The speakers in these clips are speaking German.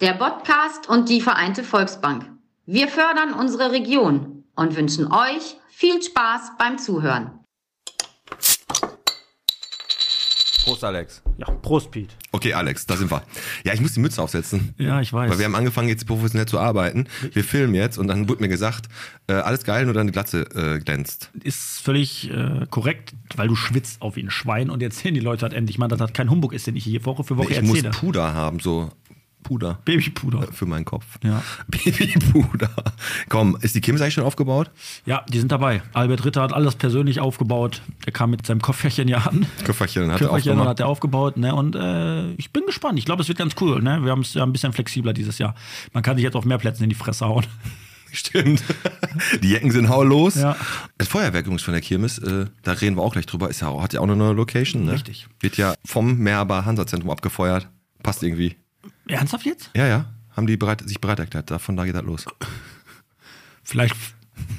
der Podcast und die Vereinte Volksbank. Wir fördern unsere Region und wünschen euch viel Spaß beim Zuhören. Prost, Alex. Ja, Prost, Piet. Okay, Alex, da sind wir. Ja, ich muss die Mütze aufsetzen. Ja, ich weiß. Weil wir haben angefangen, jetzt professionell zu arbeiten. Wir filmen jetzt und dann wurde mir gesagt, äh, alles geil, nur deine Glatze äh, glänzt. Ist völlig äh, korrekt, weil du schwitzt auf wie ein Schwein und erzählen die Leute halt endlich mal, dass das kein Humbug ist, den ich hier Woche für Woche Ich muss erzähle. Puder haben, so Puder Babypuder. äh, für meinen Kopf. Ja. Babypuder. Komm, ist die Kims eigentlich schon aufgebaut? Ja, die sind dabei. Albert Ritter hat alles persönlich aufgebaut. Er kam mit seinem Kofferchen ja an. Köfferchen hat er Kofferchen aufgemacht. hat er aufgebaut. Ne? Und äh, ich bin gespannt. Ich glaube, es wird ganz cool. Ne? Wir haben es ja ein bisschen flexibler dieses Jahr. Man kann sich jetzt auf mehr Plätzen in die Fresse hauen. Stimmt. Die Jecken sind haulos. Ja. Das Feuerwerk übrigens von der Kirmes, äh, da reden wir auch gleich drüber, ist ja, auch- hat ja auch eine neue Location. Ne? Richtig. Wird ja vom Meerbar Hansa-Zentrum abgefeuert. Passt irgendwie. Ernsthaft jetzt? Ja, ja. Haben die bereit, sich bereit erklärt. Davon da geht das los. Vielleicht,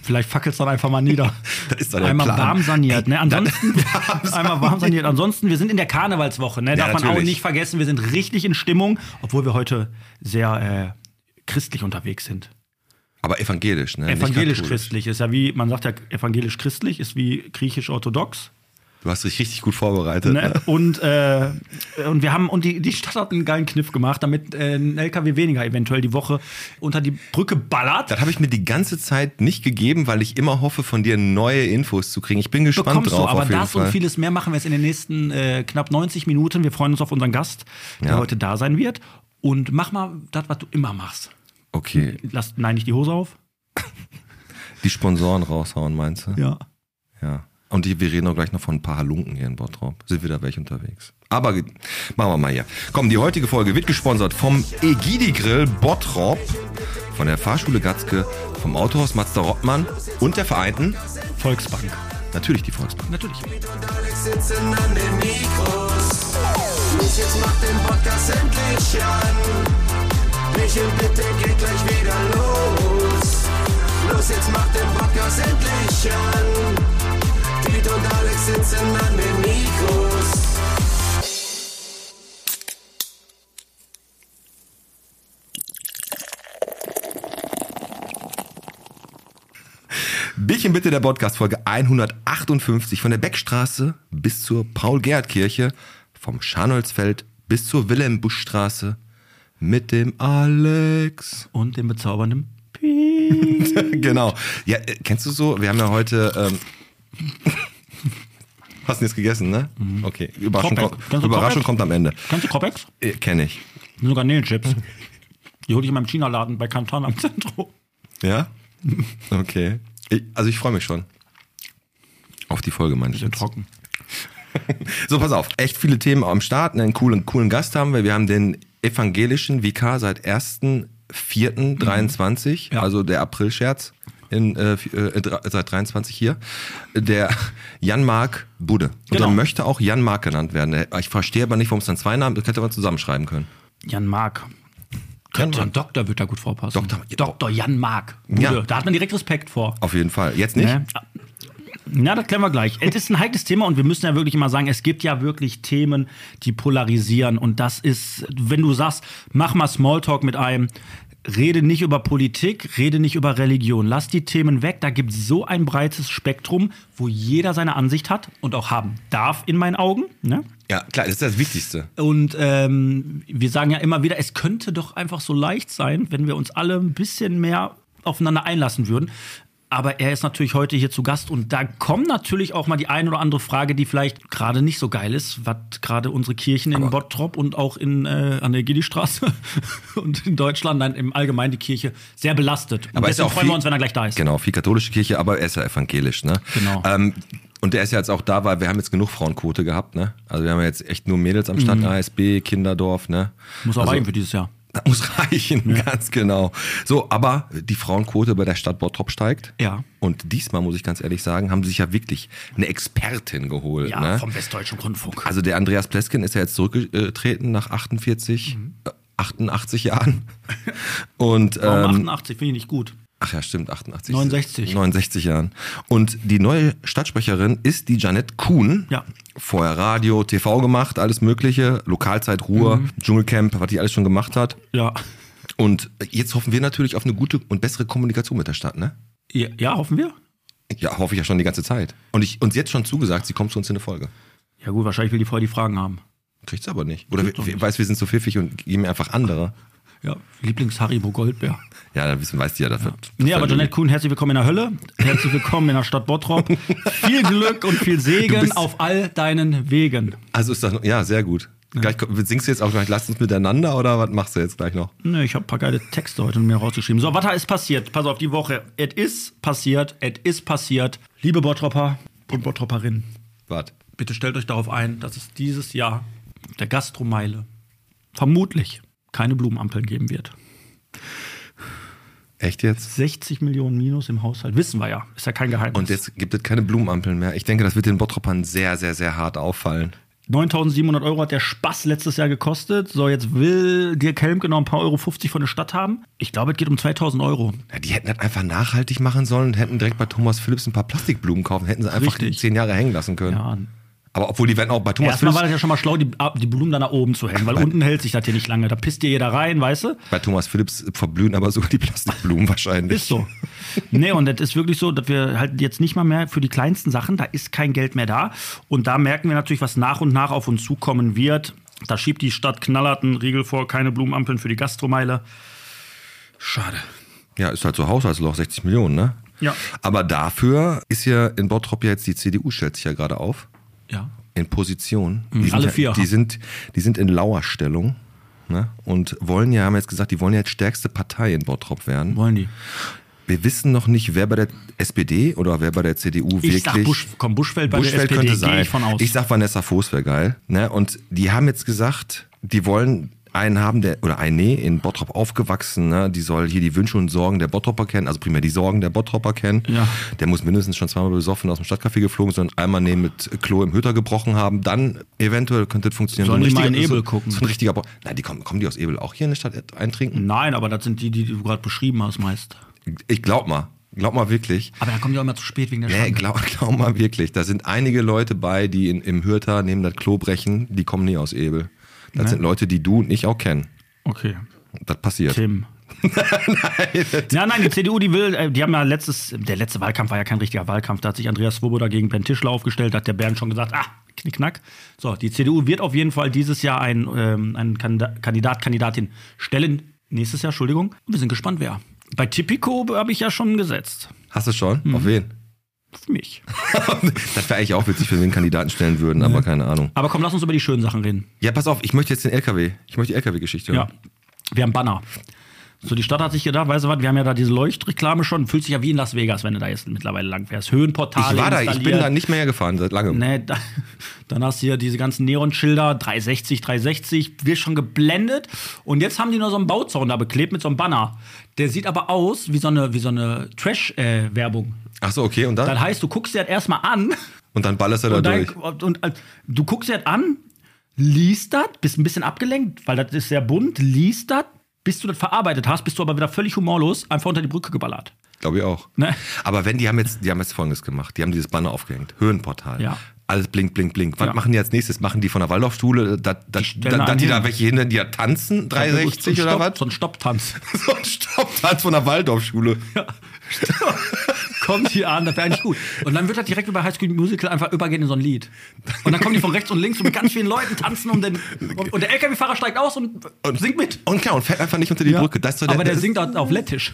vielleicht fackelt es dann einfach mal nieder. Das ist doch der einmal Plan. warm saniert, ne? Ansonsten, saniert. einmal warm saniert. Ansonsten, wir sind in der Karnevalswoche, ne? Darf man auch natürlich. nicht vergessen, wir sind richtig in Stimmung, obwohl wir heute sehr äh, christlich unterwegs sind. Aber evangelisch, ne? Nicht katholisch. Evangelisch-christlich ist ja wie, man sagt ja, evangelisch-christlich ist wie griechisch-orthodox. Du hast dich richtig gut vorbereitet. Ne? Und, äh, und wir haben, und die, die Stadt hat einen geilen Kniff gemacht, damit äh, ein LKW weniger eventuell die Woche unter die Brücke ballert. Das habe ich mir die ganze Zeit nicht gegeben, weil ich immer hoffe, von dir neue Infos zu kriegen. Ich bin gespannt bekommst drauf. du, aber auf jeden das Fall. und vieles mehr machen wir jetzt in den nächsten äh, knapp 90 Minuten. Wir freuen uns auf unseren Gast, der Ja. heute da sein wird. Und mach mal das, was du immer machst. okay, Lass nein nicht die Hose auf. die Sponsoren raushauen, meinst du? Ja. Ja. Und die, wir reden auch gleich noch von ein paar Halunken hier in Bottrop. Sind wieder welche unterwegs. Aber ge- machen wir mal hier. Komm, die heutige Folge wird gesponsert vom Egidi Grill Bottrop, von der Fahrschule Gatzke, vom Autohaus Mazda Rottmann und der Vereinten, Volksbank. natürlich die Volksbank. Natürlich. sitzen an den Mikros. Mich jetzt macht den Podcast endlich an. Michel, bitte geht gleich wieder los. Los, jetzt macht den Podcast endlich an. Piet und Alex sitzen an den Mikros. Bierchen bitte der Podcast-Folge 158 von der Beckstraße bis zur Paul-Gerhardt-Kirche, vom Scharnholzfeld bis zur Wilhelm-Busch-Straße mit dem Alex. Und den bezaubernden Piep. genau. Ja, äh, kennst du so? Wir haben ja heute. Ähm, hast du jetzt gegessen, ne? Okay. Überraschung, Kopfex. kommt, Kennst du Überraschung Kopfex? kommt am Ende. Kennst du Cropex? Äh, Kenn ich. Sind sogar Nähchips. Die hole ich in meinem China-Laden bei Kantan am Zentrum. Ja? Okay. Ich, also ich freue mich schon. Auf die Folge, meine ich. Bisschen jetzt. trocken. So, pass auf. Echt viele Themen am Start. ne? Einen coolen, coolen Gast haben wir. Wir haben den evangelischen Vikar seit 1.4.23, Mhm. Ja. also der April-Scherz, in, äh, f- äh, dra- seit 23 hier. Der Jan-Mark Budde. Und Genau. er möchte auch Jan-Mark genannt werden. Ich verstehe aber nicht, warum es dann zwei Namen, das hätte man zusammenschreiben können. Jan Mark. Könnte ein Doktor wird da gut vorpassen. Doktor- Doktor Jan Mark. Ja. Da hat man direkt Respekt vor. Auf jeden Fall. Jetzt nicht? Ne? Na, das klären wir gleich. Es ist ein heikles Thema und wir müssen ja wirklich immer sagen, es gibt ja wirklich Themen, die polarisieren. Und das ist, wenn du sagst, mach mal Smalltalk mit einem, rede nicht über Politik, rede nicht über Religion, lass die Themen weg. Da gibt es so ein breites Spektrum, wo jeder seine Ansicht hat und auch haben darf, in meinen Augen. Ne? Ja, klar, das ist das Wichtigste. Und ähm, wir sagen ja immer wieder, es könnte doch einfach so leicht sein, wenn wir uns alle ein bisschen mehr aufeinander einlassen würden. Aber er ist natürlich heute hier zu Gast und da kommt natürlich auch mal die eine oder andere Frage, die vielleicht gerade nicht so geil ist, was gerade unsere Kirchen in Bottrop und auch in, äh, an der Gillistraße und in Deutschland, nein, im Allgemeinen die Kirche sehr belastet. Und Aber ist deswegen auch freuen wir viel- uns, wenn er gleich da ist. Genau, viel katholische Kirche, aber er ist ja evangelisch, ne? Genau. Ähm, und der ist ja jetzt auch da, weil wir haben jetzt genug Frauenquote gehabt, ne? Also wir haben ja jetzt echt nur Mädels am Start, ASB, Kinderdorf, ne? Mhm. Muss auch also, reichen für dieses Jahr. Das muss reichen, ganz genau. So, aber die Frauenquote bei der Stadt Bottrop steigt. Ja. Und diesmal, muss ich ganz ehrlich sagen, haben sie sich ja wirklich eine Expertin geholt, Ja, ne? vom Westdeutschen Rundfunk. Also der Andreas Pleskin ist ja jetzt zurückgetreten nach 48, Mhm. äh, 88 Jahren. Und, Warum ähm, 88 finde ich nicht gut. Ach ja, stimmt, 88. 69. 69 Jahren. Und die neue Stadtsprecherin ist die Janette Kuhn. Ja. Vorher Radio, Mhm. TV gemacht, alles Mögliche, Lokalzeit, Ruhr, Dschungelcamp, was die alles schon gemacht hat. Ja. Und jetzt hoffen wir natürlich auf eine gute und bessere Kommunikation mit der Stadt, ne? Ja, ja hoffen wir. Ja, hoffe ich ja schon die ganze Zeit. Und ich uns jetzt schon zugesagt, sie kommt zu uns in eine Folge. Ja gut, wahrscheinlich will die vorher die Fragen haben. Kriegt's aber nicht. Oder Kriegt doch we- nicht. weiß, wir sind so pfiffig und geben ihr einfach andere. Ja, Lieblings-Haribo Goldbär. Ja, dann wissen, weiß die ja dafür. Nee, dafür- aber Jonette Kuhn, herzlich willkommen in der Hölle. Herzlich willkommen in der Stadt Bottrop. viel Glück und viel Du Segen bist- auf all deinen Wegen. Also ist das, ja, sehr gut. Gleich, ko- singst du jetzt auch gleich, lass uns miteinander oder was machst du jetzt gleich noch? Ne, ich habe ein paar geile Texte heute mir rausgeschrieben. So, was ist passiert? Pass auf die Woche. Es ist passiert, es ist passiert. Liebe Bottropper und Bottroperinnen, Wart. bitte stellt euch darauf ein, dass es dieses Jahr der Gastromeile vermutlich keine Blumenampeln geben wird. Echt jetzt? 60 Millionen Minus im Haushalt, wissen wir ja. Ist ja kein Geheimnis. Und jetzt gibt es keine Blumenampeln mehr. Ich denke, das wird den Bottropern sehr, sehr, sehr hart auffallen. 9700 Euro hat der Spaß letztes Jahr gekostet. So, jetzt will Dirk Helmke noch ein paar Euro 50 von der Stadt haben. Ich glaube, es geht um 2000 Euro. Ja, die hätten das einfach nachhaltig machen sollen und hätten direkt bei Thomas Philips ein paar Plastikblumen kaufen, hätten sie einfach Richtig. zehn Jahre hängen lassen können. Ja. Aber obwohl die werden auch bei Thomas Erstmal war Philips, das ja schon mal schlau, die, ah, die Blumen da nach oben zu hängen, weil unten hält sich das hier nicht lange. Da pisst dir jeder rein, weißt du? bei Thomas Philips verblühen aber sogar die Plastikblumen wahrscheinlich. Ist so. nee, und das ist wirklich so, dass wir halt jetzt nicht mal mehr für die kleinsten Sachen, da ist kein Geld mehr da. Und da merken wir natürlich, was nach und nach auf uns zukommen wird. Da schiebt die Stadt knallerten Riegel vor, keine Blumenampeln für die Gastromeile. Schade. Ja, ist halt so Haushaltsloch, 60 Millionen, ne? Ja. Aber dafür ist ja in Bottrop ja jetzt die CDU stellt sich ja gerade auf. Ja. In Position. Die sind Mhm. alle ja, vier. Die sind, die sind in Lauerstellung. Ne? Und wollen ja, haben jetzt gesagt, die wollen ja jetzt stärkste Partei in Bottrop werden. Wollen die? Wir wissen noch nicht, wer bei der SPD oder wer bei der CDU wirklich. Ich sag Busch, komm, Buschfeld bei Buschfeld der SPD, könnte sein. gehe ich von aus. sag Vanessa Voß wäre geil. Ne? Und die haben jetzt gesagt, die wollen einen haben, der, oder ein nee, in Bottrop aufgewachsen, ne? die soll hier die Wünsche und Sorgen der Bottropper kennen, also primär die Sorgen der Bottropper kennen. Ja. Der muss mindestens schon zweimal besoffen aus dem Stadtcafé geflogen sein, einmal nee, mit Klo im Hütter gebrochen haben, dann eventuell könnte das funktionieren. Sollen ein die mal richtiger- in Ebel so- gucken? So ein richtiger Bo Nein, die kommen, kommen die aus Ebel auch hier in der Stadt eintrinken? Nein, aber das sind die, die du gerade beschrieben hast, meist. Ich glaub mal, glaub mal wirklich. Aber dann kommen die auch immer zu spät wegen der Nee, Schande. glaub, glaub mal wirklich. Da sind einige Leute bei, die in, im Hürter neben das Klo brechen, die kommen nie aus Ebel. Ne? Das sind Leute, die du und ich auch kennen. Okay. Das passiert. Tim. nein. Ja, nein, die CDU, die will, äh, die haben ja letztes, der letzte Wahlkampf war ja kein richtiger Wahlkampf. Da hat sich Andreas Swoboda gegen Ben Tischler aufgestellt, da hat der Bernd schon gesagt, ah, knickknack. So, die CDU wird auf jeden Fall dieses Jahr einen, ähm, einen Kanda- Kandidat, Kandidatin stellen. Nächstes Jahr, Entschuldigung. Wir sind gespannt, wer. Bei Tipico habe ich ja schon gesetzt. Hast du schon? Mhm. Auf wen? Für mich. Das wäre eigentlich auch witzig, wenn wir einen Kandidaten stellen würden, aber Ne? keine Ahnung. Aber komm, lass uns über die schönen Sachen reden. Ja, pass auf, ich möchte jetzt den LKW. Ich möchte die LKW-Geschichte Ja. hören. Wir haben Banner. So, die Stadt hat sich gedacht, weißt du was, wir haben ja da diese Leuchtreklame schon, fühlt sich ja wie in Las Vegas, wenn du da jetzt mittlerweile lang fährst. Höhenportale. Ich war da, ich bin installiert. da nicht mehr gefahren seit langem. Nee, da, dann hast du hier diese ganzen Neonschilder, 360, 360, wird schon geblendet. Und jetzt haben die noch so einen Bauzaun da beklebt mit so einem Banner. Der sieht aber aus wie so eine, wie so eine Trash-Werbung. Ach so, okay, und Das dann? heißt, du guckst dir das erstmal an Und dann ballerst du da und, dann, durch. und, und äh, du guckst dir das an, liest das, bist ein bisschen abgelenkt, weil das ist sehr bunt, liest das, bis du das verarbeitet hast, bist du aber wieder völlig humorlos einfach unter die Brücke geballert. Glaube ich auch. Ne? Aber wenn, die haben, jetzt, die haben jetzt Folgendes gemacht. Die haben dieses Banner aufgehängt. Höhenportal. Ja. Alles blink, blink, blink. Was Ja. machen die als nächstes? Machen die von der Waldorfschule, äh, da, da, Die die, stellen da, da da, einen die da hin. welche hinter, die da tanzen? 360 Also so oder ein Stopp- was? So ein Stopptanz. So ein Stopptanz von der Waldorfschule. kommt hier an, das wäre eigentlich gut. Und dann wird das direkt wie bei High School Musical einfach übergehen in so ein Lied. Und dann kommen die von rechts und links und mit ganz vielen Leuten tanzen um den. Und, und der LKW-Fahrer steigt aus und, singt mit. Und klar, und fällt einfach nicht unter die Brücke. Das ist so Aber der das singt auch auf Lettisch.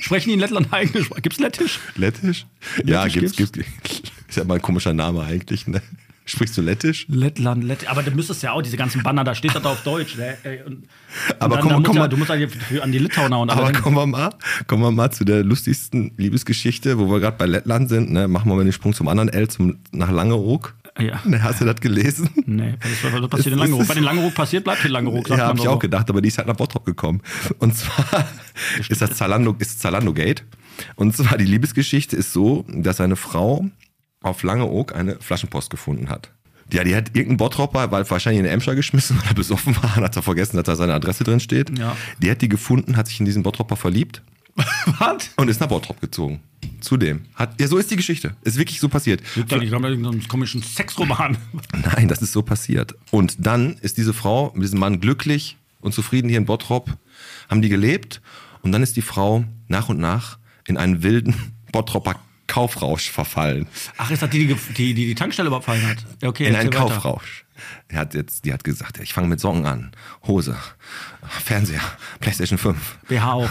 Sprechen die in Lettland eigentlich? Gibt's Lettisch? Ist Lettisch? Ja, Lettisch gibt's, gibt's. Ist ja mal ein komischer Name eigentlich. Ne? Sprichst du Lettisch? Lettland, Lettland. Aber du müsstest ja auch diese ganzen Banner, da steht das da auf Deutsch. Ne? Ey, Und, Aber und komm, dann, komm dann mal. musst du, ja, du musst halt für, an die Litauer und Aber alle. denken. kommen wir, mal, kommen wir mal zu der lustigsten Liebesgeschichte, wo wir gerade bei Lettland sind. Ne? Machen wir mal den Sprung zum anderen L, zum, nach Langeoog. Ja. Ne, Hast du das gelesen? Nee, das, das passiert in Es ist- Langeroog. Bei den Langeroog passiert, bleibt in Langeroog. sagt Ja, man habe ich doch auch so. gedacht, aber die ist halt nach Bottrop gekommen. Und zwar ist das Zalando, ist Zalando Gate. Und zwar die Liebesgeschichte ist so, dass eine Frau auf Langeoog eine Flaschenpost gefunden hat. Ja, die hat irgendeinen Bottropper, weil wahrscheinlich in den Emscher geschmissen, weil er besoffen war und hat er vergessen, dass da seine Adresse drin steht. Ja. Die hat die gefunden, hat sich in diesen Bottropper verliebt Was? und ist nach Bottrop gezogen. Zudem. Hat, ja, so ist die Geschichte. Ist wirklich so passiert. Ich glaube, irgendeinen komischen Sexroman. Nein, das ist so passiert. Und dann ist diese Frau mit diesem Mann glücklich und zufrieden hier in Bottrop, haben die gelebt und dann ist die Frau nach und nach in einen wilden Bottroper Kaufrausch verfallen. Ach, ist das die, die die, die, die Tankstelle überfallen hat? Okay, in einen erzähl weiter. Kaufrausch. Er hat jetzt, die hat gesagt, ich fange mit Socken an, Hose, Fernseher, Playstation 5, BH auch.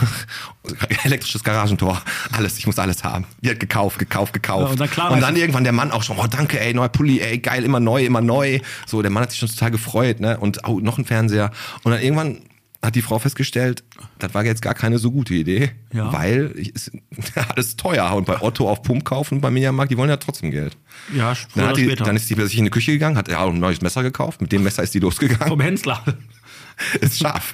elektrisches Garagentor, alles, ich muss alles haben. Die hat gekauft, gekauft, Ja, gekauft. und dann klar und weiß dann ich- irgendwann der Mann auch schon, oh danke, ey, neuer Pulli, ey, geil, immer neu, immer neu. So, der Mann hat sich schon total gefreut, ne? Und oh, noch ein Fernseher. Und dann irgendwann hat die Frau festgestellt, das war jetzt gar keine so gute Idee, Ja. weil ich, ist alles teuer. Und bei Otto auf Pump kaufen und bei Mediamarkt, die wollen ja trotzdem Geld. Ja, früher Dann, oder hat die, später. dann ist die plötzlich in die Küche gegangen, hat ja auch ein neues Messer gekauft. Mit dem Messer ist die losgegangen. Vom Hensler. Ist scharf.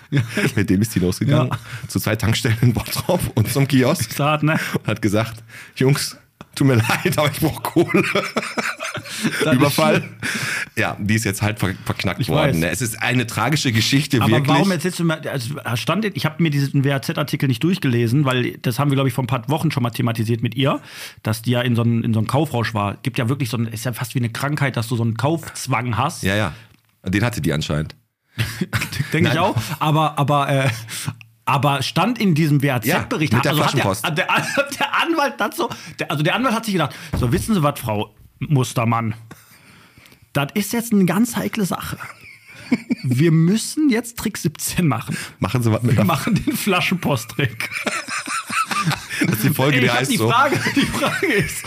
Mit dem ist die losgegangen. Ja. Zu zwei Tankstellen in Bottrop und zum Kiosk. Ist hart, ne? Und hat gesagt, Jungs, tut mir leid, aber ich brauche Kohle. Das ist Überfall. schlimm. Ja, die ist jetzt halt ver verknackt Ich weiß. worden. ne? Es ist eine tragische Geschichte, Aber wirklich. warum erzählst du mir, also stand, ich habe mir diesen WAZ-Artikel nicht durchgelesen, weil das haben wir, glaube ich, vor ein paar Wochen schon mal thematisiert mit ihr, dass die ja in so einen, in so einen Kaufrausch war. Gibt ja wirklich so ein, ist ja fast wie eine Krankheit, dass du so einen Kaufzwang hast. ja, ja. Den hatte die anscheinend. Denke ich Nein. auch. Aber, aber, äh, aber stand in diesem WAZ-Bericht, Ja, mit der also hat Flaschenpost. der, der, der Anwalt hat so, der, also der Anwalt hat sich gedacht, so wissen Sie was, Frau Mustermann, das ist jetzt eine ganz heikle Sache. Wir müssen jetzt Trick 17 machen. Machen Sie was mit Wir der- machen den Flaschenpost-Trick. Das ist die Folge, Ey, die ich hab heißt die so. Frage, die Frage ist,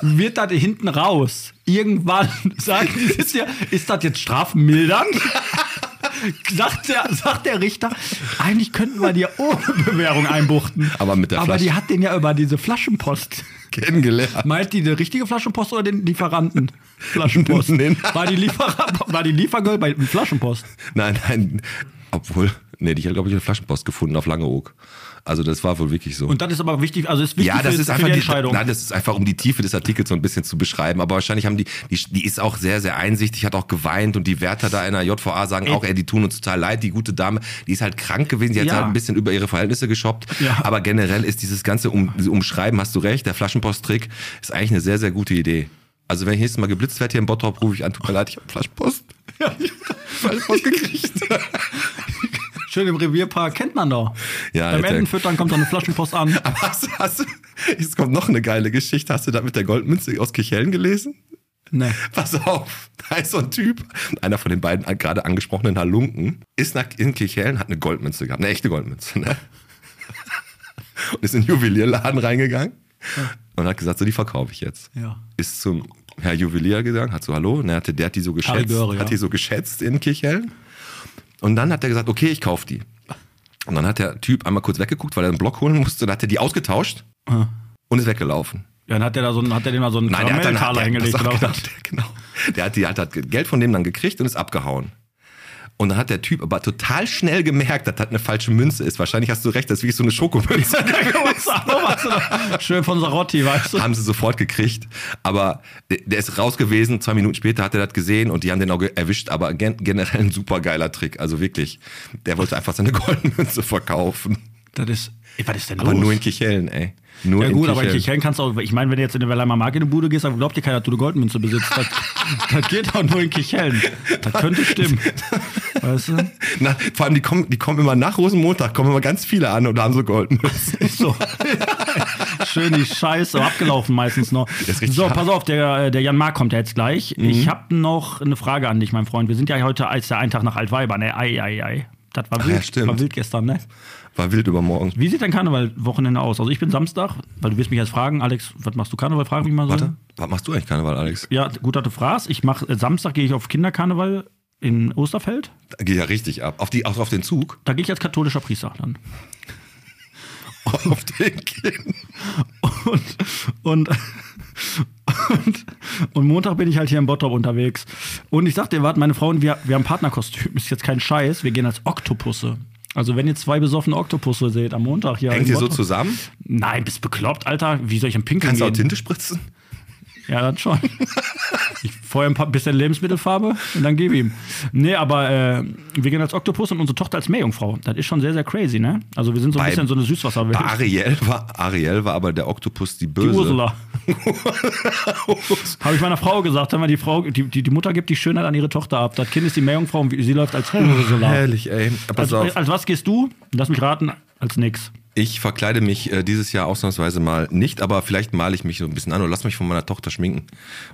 wird das hinten raus irgendwann sagen, die ist, ja, ist das jetzt strafmildernd? Sagt der, sagt der Richter, eigentlich könnten wir die ja ohne Bewährung einbuchten. Aber mit der Aber Flasche. die hat den ja über diese Flaschenpost. Kennengelernt. Meint die die richtige Flaschenpost oder den Lieferanten? Flaschenpost. Den- War die, Liefer war die Liefergirl bei Flaschenpost? Nein, nein. Obwohl, nee, die hat, glaube ich, eine Flaschenpost gefunden auf Langeoog. Also das war wohl wirklich so. Und das ist aber wichtig, also ist wichtig ja, das für, ist für einfach die die, Entscheidung. nein, das ist einfach um die Tiefe des Artikels so ein bisschen zu beschreiben. Aber wahrscheinlich haben die, die, die ist auch sehr, sehr einsichtig, hat auch geweint und die Wärter da in der JVA sagen auch, ey, die tun uns total leid, die gute Dame, die ist halt krank gewesen, die hat Ja. halt ein bisschen über ihre Verhältnisse geshoppt. Ja. Aber generell ist dieses ganze um, Umschreiben, hast du recht, der Flaschenpost-Trick ist eigentlich eine sehr, sehr gute Idee. Also wenn ich nächstes Mal geblitzt werde hier im Bottrop, rufe ich an, tut mir leid, ich habe Flaschenpost. Flaschenpost gekriegt. Schön im Revierpark, kennt man doch. Ja, Beim Alter. Entenfüttern kommt so eine Flaschenpost an. Aber hast, du- hast, du- jetzt kommt noch eine geile Geschichte. Hast du da mit der Goldmünze aus Kichellen gelesen? Nee. Pass auf, da ist so ein Typ, einer von den beiden an- gerade angesprochenen Halunken, ist nach, in Kichellen, hat eine Goldmünze gehabt, eine echte Goldmünze, ne? Und ist in den Juwelierladen reingegangen und hat gesagt, so, die verkaufe ich jetzt. Ja. Ist zum Herr Juwelier gegangen, hat so, hallo, ne, hatte, der hat die so geschätzt, Göre, ja. hat die so geschätzt in Kichellen. Und dann hat er gesagt, okay, ich kaufe die. Und dann hat der Typ einmal kurz weggeguckt, weil er einen Block holen musste, dann hat er die ausgetauscht und ist weggelaufen. Dann hat der da so einen, hat der den mal so einen Nein, der hat dann Karamelltaler der- hingelegt. pass auf, Oder genau, was? der, genau. Der hat, die, hat, hat Geld von dem dann gekriegt und ist abgehauen. Und dann hat der Typ aber total schnell gemerkt, dass das eine falsche Münze ist. Wahrscheinlich hast du recht, das ist wirklich so eine Schokomünze. Was auch immer, was oder? Schön von Sarotti, weißt du? haben sie sofort gekriegt. Aber der, der ist raus gewesen, zwei Minuten später hat er das gesehen und die haben den auch ge- erwischt. Aber gen generell ein super geiler Trick, also wirklich. Der wollte einfach seine Goldmünze verkaufen. Das ist, ey, was ist denn Aber los? nur in Kichellen, ey. Nur ja in gut, aber in Kichellen. Kichellen kannst du auch, ich meine, wenn du jetzt in der Wehrheimer Marke in eine Bude gehst, dann glaubt dir keiner, dass du eine Goldmünze besitzt. Das, das geht auch nur in Kichellen. Das könnte stimmen. Weißt du? Na, vor allem, die kommen, die kommen immer nach Rosenmontag, kommen immer ganz viele an und haben so Goldmünzen. Ist so. Schön die Scheiße, abgelaufen meistens noch. ist richtig So, hart. Mhm. pass auf, der, der Jan Mark kommt ja jetzt gleich. Ich habe noch eine Frage an dich, mein Freund. Wir sind ja heute als der Eintag nach Altweiber, ne? Ei, ei, ei. Das war ja, wild, stimmt. war wild gestern, ne? War wild übermorgen. Wie sieht dein Karnevalwochenende aus? Also ich bin Samstag, weil du wirst mich jetzt fragen, Alex, was machst du Karneval? Frag mich mal so. Warte, was machst du eigentlich Karneval, Alex? Ja, gut, dass du fragst. Ich mach, äh, Samstag gehe ich auf Kinderkarneval in Osterfeld. Da Geh ja richtig ab. Auf, die, auch auf den Zug? Da gehe ich als katholischer Priester dann. auf den Kind. und, und, und, und Montag bin ich halt hier in Bottrop unterwegs. Und ich sagte, warte, meine Frau und wir, wir haben Partnerkostüm. Ist jetzt kein Scheiß. Wir gehen als Oktopusse. Also, wenn ihr zwei besoffene Oktopusse seht am Montag hier. Hängt in ihr so Bottrop- zusammen? Nein, bist bekloppt, Alter. Wie soll ich im Pinkeln Kannst du auch gehen? Tinte spritzen? Ja, dann schon. Ich vorher ein paar, bisschen Lebensmittelfarbe und dann gebe ihm. Nee, aber äh, wir gehen als Oktopus und unsere Tochter als Meerjungfrau. Das ist schon sehr, sehr crazy, ne? Also wir sind so ein Bei- bisschen so eine Süßwasserwelt. Bei Ariel war, Ariel war aber der Oktopus die Die Böse. Ursula. Habe ich meiner Frau gesagt, hör mal, die, Frau, die, die, die Mutter gibt die Schönheit an ihre Tochter ab. Das Kind ist die Meerjungfrau und sie läuft als Ursula. Herrlich, ey. Aber Pass Als, auf, als was gehst du? Lass mich raten, als nix. ich verkleide mich äh, dieses Jahr ausnahmsweise mal nicht, aber vielleicht male ich mich so ein bisschen an oder lass mich von meiner Tochter schminken.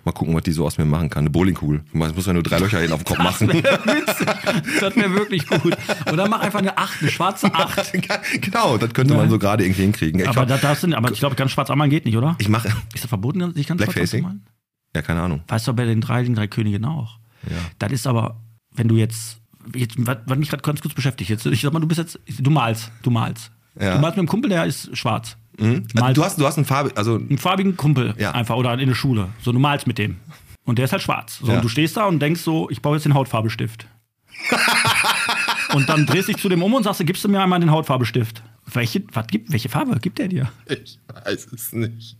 Mal gucken, was die so aus mir machen kann. Eine Bowlingkugel. Man muss ja nur drei Löcher hinten auf den Kopf machen. Das wäre wirklich gut. Oder mach einfach eine Acht, eine schwarze Acht. genau, das könnte man so gerade irgendwie hinkriegen. Ich, Aber, mach- da darfst du nicht, aber ich glaube, ganz schwarz anmalen geht nicht, oder? ich mache, Ist das verboten, sich ganz schwarz Blackfacing? anzumalen? ja, keine Ahnung. Weißt du, bei den drei, den drei Königen auch. Das ist aber, wenn du jetzt, jetzt was, was mich gerade ganz kurz beschäftigt, jetzt, ich sag mal, du bist jetzt, du malst, du malst. Ja. Du malst mit einem Kumpel, der ist schwarz. Also, Malst du hast, du hast eine Farbe, also einen farbigen Kumpel Ja. einfach oder in der Schule. So, du malst mit dem. Und der ist halt schwarz. So, Ja. und du stehst da und denkst so, ich brauche jetzt den Hautfarbestift. und dann drehst dich zu dem um und sagst, gibst du mir einmal den Hautfarbestift? Welche, was gibt, welche Farbe gibt der dir? Ich weiß es nicht.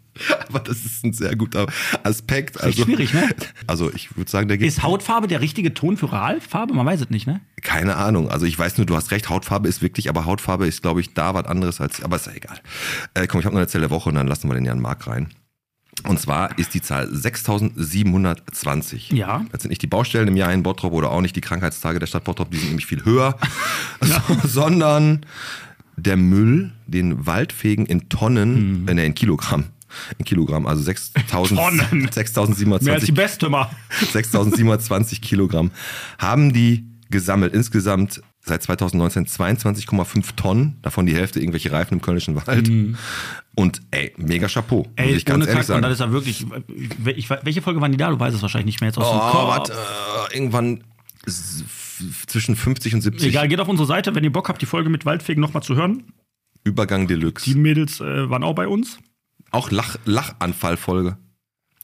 Aber das ist ein sehr guter Aspekt. echt Also, schwierig, ne? Also ich würde sagen, da gibt Ist Hautfarbe der richtige Ton für Realfarbe? Man weiß es nicht, ne? keine Ahnung. Also ich weiß nur, du hast recht, Hautfarbe ist wirklich, aber Hautfarbe ist, glaube ich, da was anderes als. Aber ist ja egal. Äh, komm, ich habe noch eine Zelle der Woche und dann lassen wir den Jan Mark rein. Und zwar ist die Zahl 6720. Ja. Das sind nicht die Baustellen im Jahr in Bottrop oder auch nicht die Krankheitstage der Stadt Bottrop, die sind nämlich viel höher, so, sondern der Müll, den Waldfegen in Mhm. Tonnen, äh, ne, in Kilogramm. In Kilogramm, also 6000, Tonnen. 6720 Mehr als die beste mal. 6720 Kilogramm haben die gesammelt. Insgesamt seit 2019 22,5 Tonnen, davon die Hälfte irgendwelche Reifen im Kölnischen Wald. Und ey, mega Chapeau. Mhm. Ey, muss ich ganz ohne ehrlich Kack, und das sagen. ist ja wirklich. Ich, ich, welche Folge waren die da? Du weißt es wahrscheinlich nicht mehr jetzt aus Oh, dem Kopf. warte, äh, irgendwann s- f- zwischen 50 und 70 Egal, geht auf unsere Seite, wenn ihr Bock habt, die Folge mit Waldfegen nochmal zu hören. Übergang Deluxe. Die Mädels äh, waren auch bei uns. Auch Lach Lachanfallfolge.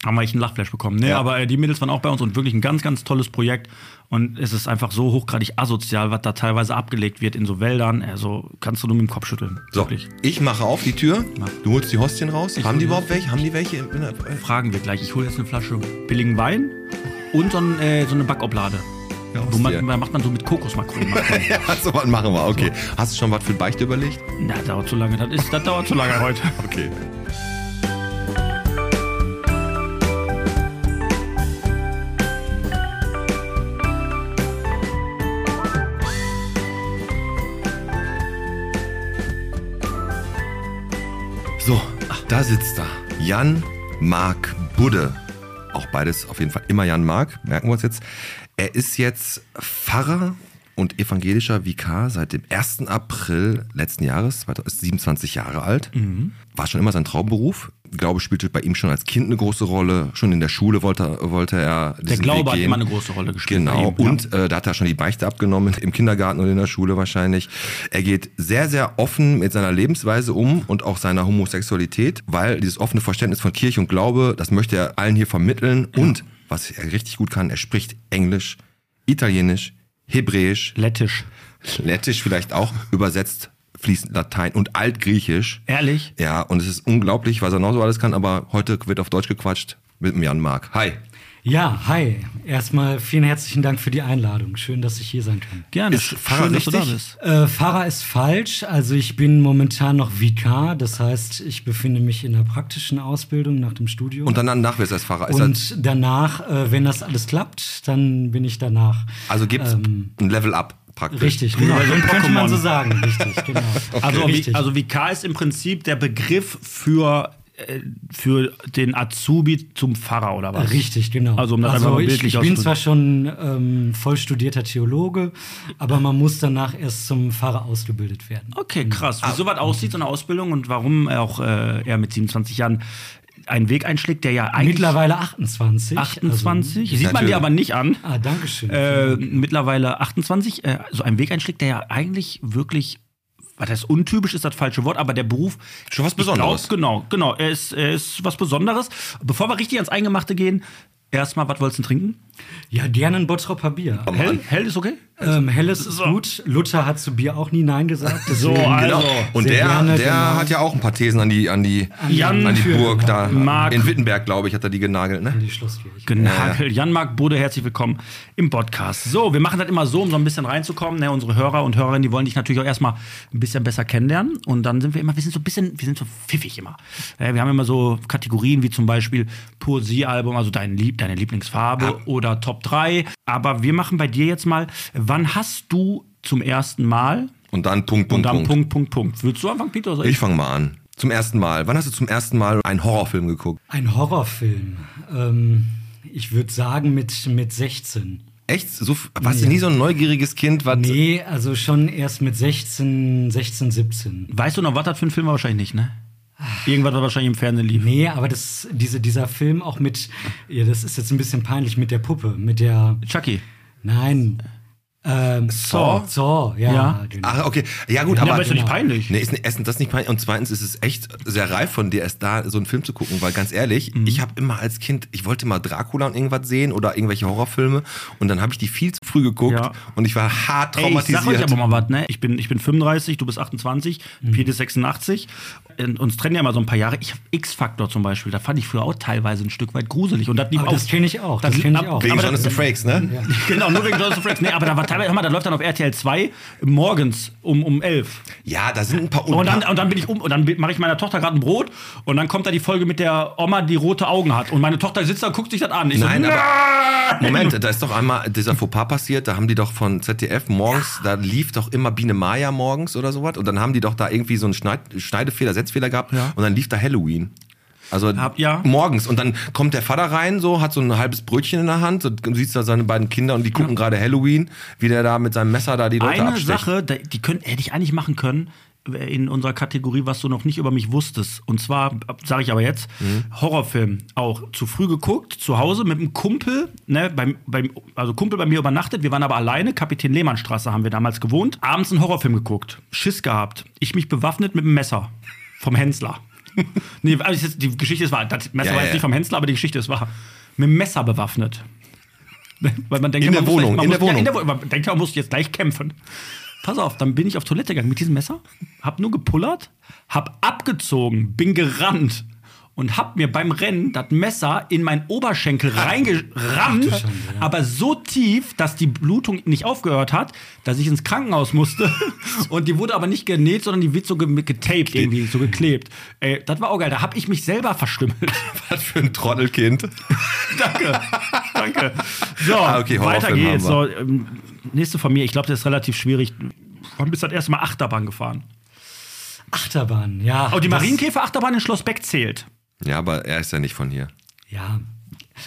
haben wir echt einen Lachflash bekommen. Nee, Ja. aber äh, die Mädels waren auch bei uns und wirklich ein ganz, ganz tolles Projekt. Und es ist einfach so hochgradig asozial, was da teilweise abgelegt wird in so Wäldern. Also kannst du nur mit dem Kopf schütteln. So, Wirklich. ich mache auf die Tür. Du holst die Hostien raus. haben die hol- überhaupt welche? Haben die welche? im- in- Fragen wir gleich. Ich hole jetzt eine Flasche billigen Wein und so, ein, äh, so eine Backoblade. Wo dir. man, da macht man so mit Kokosmakronen. macht man. Ja, so was machen wir. Okay. Hast du schon was für ein Beichte überlegt? Na, das dauert zu lange. Das, ist, das dauert zu lange heute. Okay. So, da sitzt er. Jan Mark Budde. Auch beides auf jeden Fall immer Jan Mark, merken wir uns jetzt. Er ist jetzt Pfarrer und evangelischer Vikar seit dem 1. April letzten Jahres, 2000 ist 27 Jahre alt. Mhm. War schon immer sein Traumberuf. Glaube spielte bei ihm schon als Kind eine große Rolle. Schon in der Schule wollte, wollte er Der diesen Weg Glaube hat gehen. immer eine große Rolle gespielt. Genau. Bei ihm, ja. Und äh, da hat er schon die Beichte abgenommen, im Kindergarten und in der Schule wahrscheinlich. Er geht sehr, sehr offen mit seiner Lebensweise um und auch seiner Homosexualität, weil dieses offene Verständnis von Kirche und Glaube, das möchte er allen hier vermitteln. Und was er richtig gut kann, er spricht Englisch, Italienisch, Hebräisch, Lettisch. Lettisch vielleicht auch, übersetzt fließend Latein und Altgriechisch. Ehrlich? Ja, und es ist unglaublich, was er noch so alles kann, aber heute wird auf Deutsch gequatscht mit dem Jan Mark. Hi. Ja, hi. Erstmal vielen herzlichen Dank für die Einladung. Schön, dass ich hier sein kann. Gerne. Ist Pfarrer Schön, dass du da richtig? bist. Äh, Pfarrer ist falsch. Also ich bin momentan noch Vikar. Das heißt, ich befinde mich in der praktischen Ausbildung nach dem Studium. Und dann danach wirst du als Pfarrer. Ist das, Und danach, äh, wenn das alles klappt, dann bin ich danach. also gibt's Ähm, ein Level up praktisch. richtig, genau. Also ein könnte Pokémon. man so sagen. Richtig, genau. Also, wie, richtig. also VK ist im Prinzip der Begriff für, äh, für den Azubi zum Pfarrer oder was? Richtig, genau. Also um das einfach mal ich, bildlich ich bin auszudrücken. zwar schon ähm, voll studierter Theologe, aber man muss danach erst zum Pfarrer ausgebildet werden. Okay, krass. Wie sowas aussieht, so eine Ausbildung und warum auch äh, er mit 27 Jahren einen Weg einschlägt, der ja eigentlich Mittlerweile Also 28. 28, sieht man Natürlich. dir aber nicht an, Also, ah, Dankeschön. äh, mittlerweile 28, äh, so einen Weg einschlägt, der ja eigentlich wirklich, was heißt untypisch ist das falsche Wort, aber der Beruf Schon was Ich glaub, Besonderes. genau, genau. Er ist, er ist was Besonderes. Bevor wir richtig ans Eingemachte gehen, erstmal, was wolltest du denn trinken? Ja, gerne ein Bottroper Bier. Hell, hell ist okay? Ähm, Helles ist gut. Luther hat zu Bier auch nie Nein gesagt. So, deswegen- also. Genau. Und Sehr der, gerne, der genau. hat ja auch ein paar Thesen an die, an die, Jan an die für Burg da. Mark. In Wittenberg, glaube ich, hat er die genagelt, ne? Die Schlosskirche. Genagel. Jan-Marc Bude, herzlich willkommen im Podcast. So, wir machen das immer so, um so ein bisschen reinzukommen. Ne, unsere Hörer und Hörerinnen, die wollen dich natürlich auch erstmal ein bisschen besser kennenlernen. Und dann sind wir immer, wir sind so ein bisschen, wir sind so pfiffig immer. Ne, wir haben immer so Kategorien wie zum Beispiel Pur Sie-Album, also dein Lieb, deine Lieblingsfarbe oder Top 3. Aber wir machen bei dir jetzt mal, wann hast du zum ersten Mal Und dann Punkt, und Punkt, dann Punkt. Punkt, Punkt, Punkt. Willst du anfangen, Peter? Oder soll Ich fange mal an. Zum ersten Mal. Wann hast du zum ersten Mal einen Horrorfilm geguckt? Ein Horrorfilm. Ähm, ich würde sagen mit, mit 16. Echt? So, f- warst du nie so ein neugieriges Kind? Was, Nee, also schon erst mit 16, 16, 17. Weißt du noch, was das für ein Film war? Wahrscheinlich nicht, ne? Irgendwas, was wahrscheinlich im Fernsehen lief. Nee, aber das, diese, dieser Film auch mit, ja, das ist jetzt ein bisschen peinlich, mit der Puppe, mit der, Chucky. nein, ähm, Saw, Saw, ja, Ja. Genau. Ach, okay. Ja, gut, Ja, aber. aber ist doch nicht peinlich. Nee, ist, erstens das nicht peinlich und zweitens ist es echt sehr reif von dir, erst da so einen Film zu gucken, weil ganz ehrlich, Mhm. ich habe immer als Kind, ich wollte mal Dracula und irgendwas sehen oder irgendwelche Horrorfilme und dann habe ich die viel zu früh geguckt Ja. und ich war hart Ey, ich traumatisiert. sag euch aber mal was, ne? Ich bin, ich bin 35, du bist 28, Mhm. Piet ist 86. Und uns trennen ja mal so ein paar Jahre. Ich hab X-Faktor zum Beispiel, da fand ich früher auch teilweise ein Stück weit gruselig. Und das lief Aber das auch- kenn ich auch, das lief kenn ich ab- auch. Wegen aber das- Jonathan Frakes, ne? Genau, nur wegen Jonathan Frakes. Nee, aber da war teilweise, hör mal, da läuft dann auf RTL 2 morgens um, um 11. Ja, da sind ein paar Und dann, und dann bin ich um und dann mache ich meiner Tochter gerade ein Brot und dann kommt da die Folge mit der Oma, die rote Augen hat. Und meine Tochter sitzt da und guckt sich das an. Ich Nein, so, aber Moment, da ist doch einmal dieser Fauxpas passiert, da haben die doch von ZDF morgens, da lief doch immer Biene Maya morgens oder sowas und dann haben die doch da irgendwie so einen Schneid Schneidefehler, Setzfehler gehabt und dann lief da Halloween. Also Hab- ja. morgens und dann kommt der Vater rein, so hat so ein halbes Brötchen in der Hand, so, du siehst da seine beiden Kinder und die gucken gerade Halloween, wie der da mit seinem Messer da die Leute Eine abstecht. Sache, da- die könnt, hätte ich eigentlich machen können äh, in unserer Kategorie, was du noch nicht über mich wusstest. Und zwar, sage ich aber jetzt, Mhm. Horrorfilm auch zu früh geguckt, zu Hause mit einem Kumpel, ne, beim, beim, also Kumpel bei mir übernachtet, wir waren aber alleine, Kapitän Lehmannstraße haben wir damals gewohnt, abends einen Horrorfilm geguckt, Schiss gehabt, ich mich bewaffnet mit einem Messer vom Hensler. nee, also jetzt- die Geschichte ist wahr, das Messer Ja, war ja, jetzt ja. nicht vom Hensler, aber die Geschichte ist wahr. Mit einem Messer bewaffnet. Weil man denkt, In ja, man der muss Wohnung, gleich- man in der muss- ja, Wohnung. man denkt, man muss jetzt gleich kämpfen. Pass auf, dann bin ich auf Toilette gegangen mit diesem Messer, hab nur gepullert, hab abgezogen, bin gerannt und hab mir beim Rennen das Messer in meinen Oberschenkel reingerammt, aber so tief, dass die Blutung nicht aufgehört hat, dass ich ins Krankenhaus musste. Und die wurde aber nicht genäht, sondern die wird so ge- getaped irgendwie, so geklebt. Ey, das war auch geil, da hab ich mich selber verstümmelt. Was für ein Trottelkind. Danke. Danke. So, Ah, okay, Horrorfilm weiter geht's. haben So, ähm, nächste von mir, ich glaube, das ist relativ schwierig. Wann bist du das erste Mal Achterbahn gefahren? Achterbahn, ja. Oh, die das- Marienkäfer-Achterbahn in Schloss Beck zählt. Ja, aber er ist ja nicht von hier. Ja.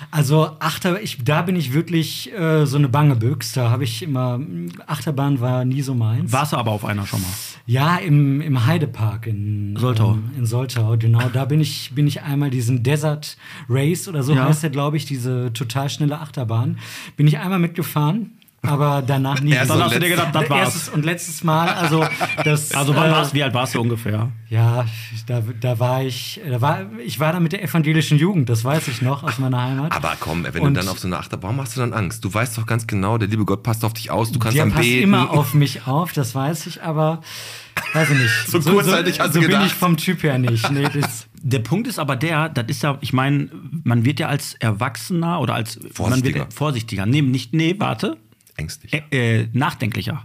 Also Achterbahn, ich, da bin ich wirklich äh, so eine bange Büchs. Da habe ich immer, mh, Achterbahn war nie so meins. Warst du aber auf einer schon mal. Ja, im, im Heidepark in Soltau. ähm, in Soltau, genau. Da bin ich, bin ich einmal diesen Desert Race oder so Ja. heißt der, glaube ich, diese total schnelle Achterbahn. Bin ich einmal mitgefahren, aber danach nie. Erst wieder. und Dann hast du dir letzt- gedacht, das war's. Erstes und letztes Mal, also das. Also wann äh, war's, wie alt warst du ungefähr? Ja, da, da war ich, da war, ich war da mit der evangelischen Jugend, das weiß ich noch aus meiner Heimat. Aber komm, wenn Und du dann auf so eine Achterbahn machst du dann Angst. Du weißt doch ganz genau, der liebe Gott passt auf dich aus, du kannst der am passt Beten. immer auf mich auf, das weiß ich, aber weiß ich nicht. So kurzzeitig hast du so bin gedacht. ich vom Typ her nicht. Nee, das, Der Punkt ist aber der, das ist ja, ich meine, man wird ja als Erwachsener oder als Man wird, Vorsichtiger. ja- vorsichtiger. Nee, nicht, nee, warte. Ängstlich. Ä äh, nachdenklicher.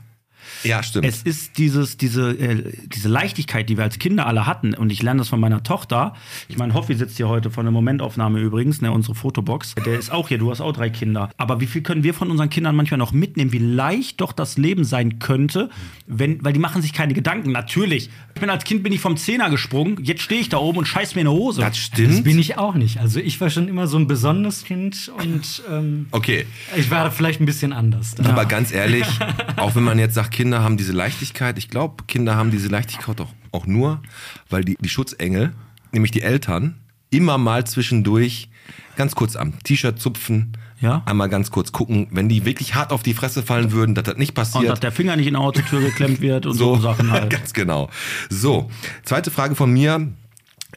Ja, stimmt. Es ist dieses, diese, äh, diese Leichtigkeit, die wir als Kinder alle hatten. Und ich lerne das von meiner Tochter. Ich meine, Hoffi sitzt hier heute von der Momentaufnahme übrigens, ne, unsere Fotobox. Der ist auch hier, du hast auch drei Kinder. Aber wie viel können wir von unseren Kindern manchmal noch mitnehmen, wie leicht doch das Leben sein könnte, wenn, weil die machen sich keine Gedanken. Natürlich. Ich bin als Kind bin ich vom Zehner gesprungen, jetzt stehe ich da oben und scheiß mir in die Hose. das stimmt. Bin ich auch nicht. Also ich war schon immer so ein besonderes Kind und ähm, Okay, ich war vielleicht ein bisschen anders. Da. aber ganz ehrlich, auch wenn man jetzt sagt, Kinder haben diese Leichtigkeit, ich glaube, Kinder haben diese Leichtigkeit auch, auch nur, weil die, die Schutzengel, nämlich die Eltern, immer mal zwischendurch ganz kurz am T-Shirt zupfen, Ja. einmal ganz kurz gucken, wenn die wirklich hart auf die Fresse fallen würden, dass das nicht und passiert. dass der Finger nicht in die Autotür geklemmt wird und so, Sachen halt. Ganz genau. So, zweite Frage von mir.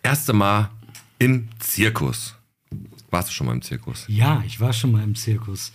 Erste Mal im Zirkus. Warst du schon mal im Zirkus? Ja, ich war schon mal im Zirkus.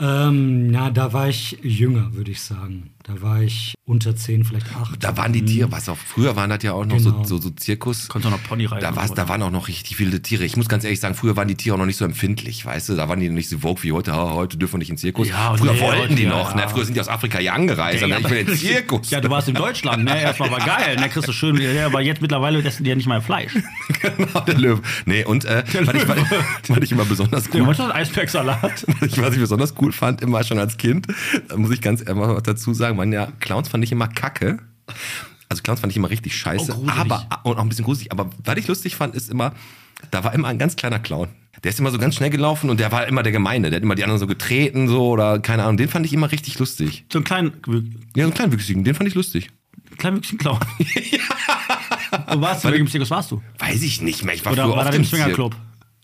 Ähm, na, da war ich jünger, würde ich sagen. Da war ich unter zehn, vielleicht acht. Da waren die Tiere, was auch früher waren, das ja auch noch Genau. so, so, so Zirkus. Mhm. Konnte auch noch Pony reiten Da, und war's, so da waren auch noch richtig viele Tiere. Ich muss ganz ehrlich sagen, früher waren die Tiere auch noch nicht so empfindlich, weißt du? Da waren die noch nicht so vogue wie heute. Ah, heute dürfen wir nicht in den Zirkus. Ja, und früher nee, wollten heute, die ja, noch. ja. Ne? Früher sind die aus Afrika hier angereist. Ja, ich will in den Zirkus. Ja, du warst in Deutschland, ne? Erstmal war geil, ne? Kriegst du schön, ja, aber jetzt mittlerweile essen die ja nicht mal Fleisch. genau, der Löwe. Nee, und äh, was, ich, was ich immer besonders Du cool wolltest Eisbergsalat. Was ich, was ich besonders cool fand, immer schon als Kind, da muss ich ganz immer was dazu sagen, waren ja, Clowns fand ich immer kacke. Also Clowns fand ich immer richtig scheiße, Oh, gruselig. aber und auch ein bisschen gruselig. Aber was ich lustig fand, ist immer, da war immer ein ganz kleiner Clown. Der ist immer so ganz schnell gelaufen und der war immer der Gemeine. Der hat immer die anderen so getreten, so oder keine Ahnung. Den fand ich immer richtig lustig. So einen kleinen, Ja, so einen kleinwüchsigen, den fand ich lustig. kleinen Wüchsen Clown. Wo warst du? Welchem Zirkus warst du? Weiß ich nicht mehr. Ich war Oder früher war oft das im Zirk- Swingerclub?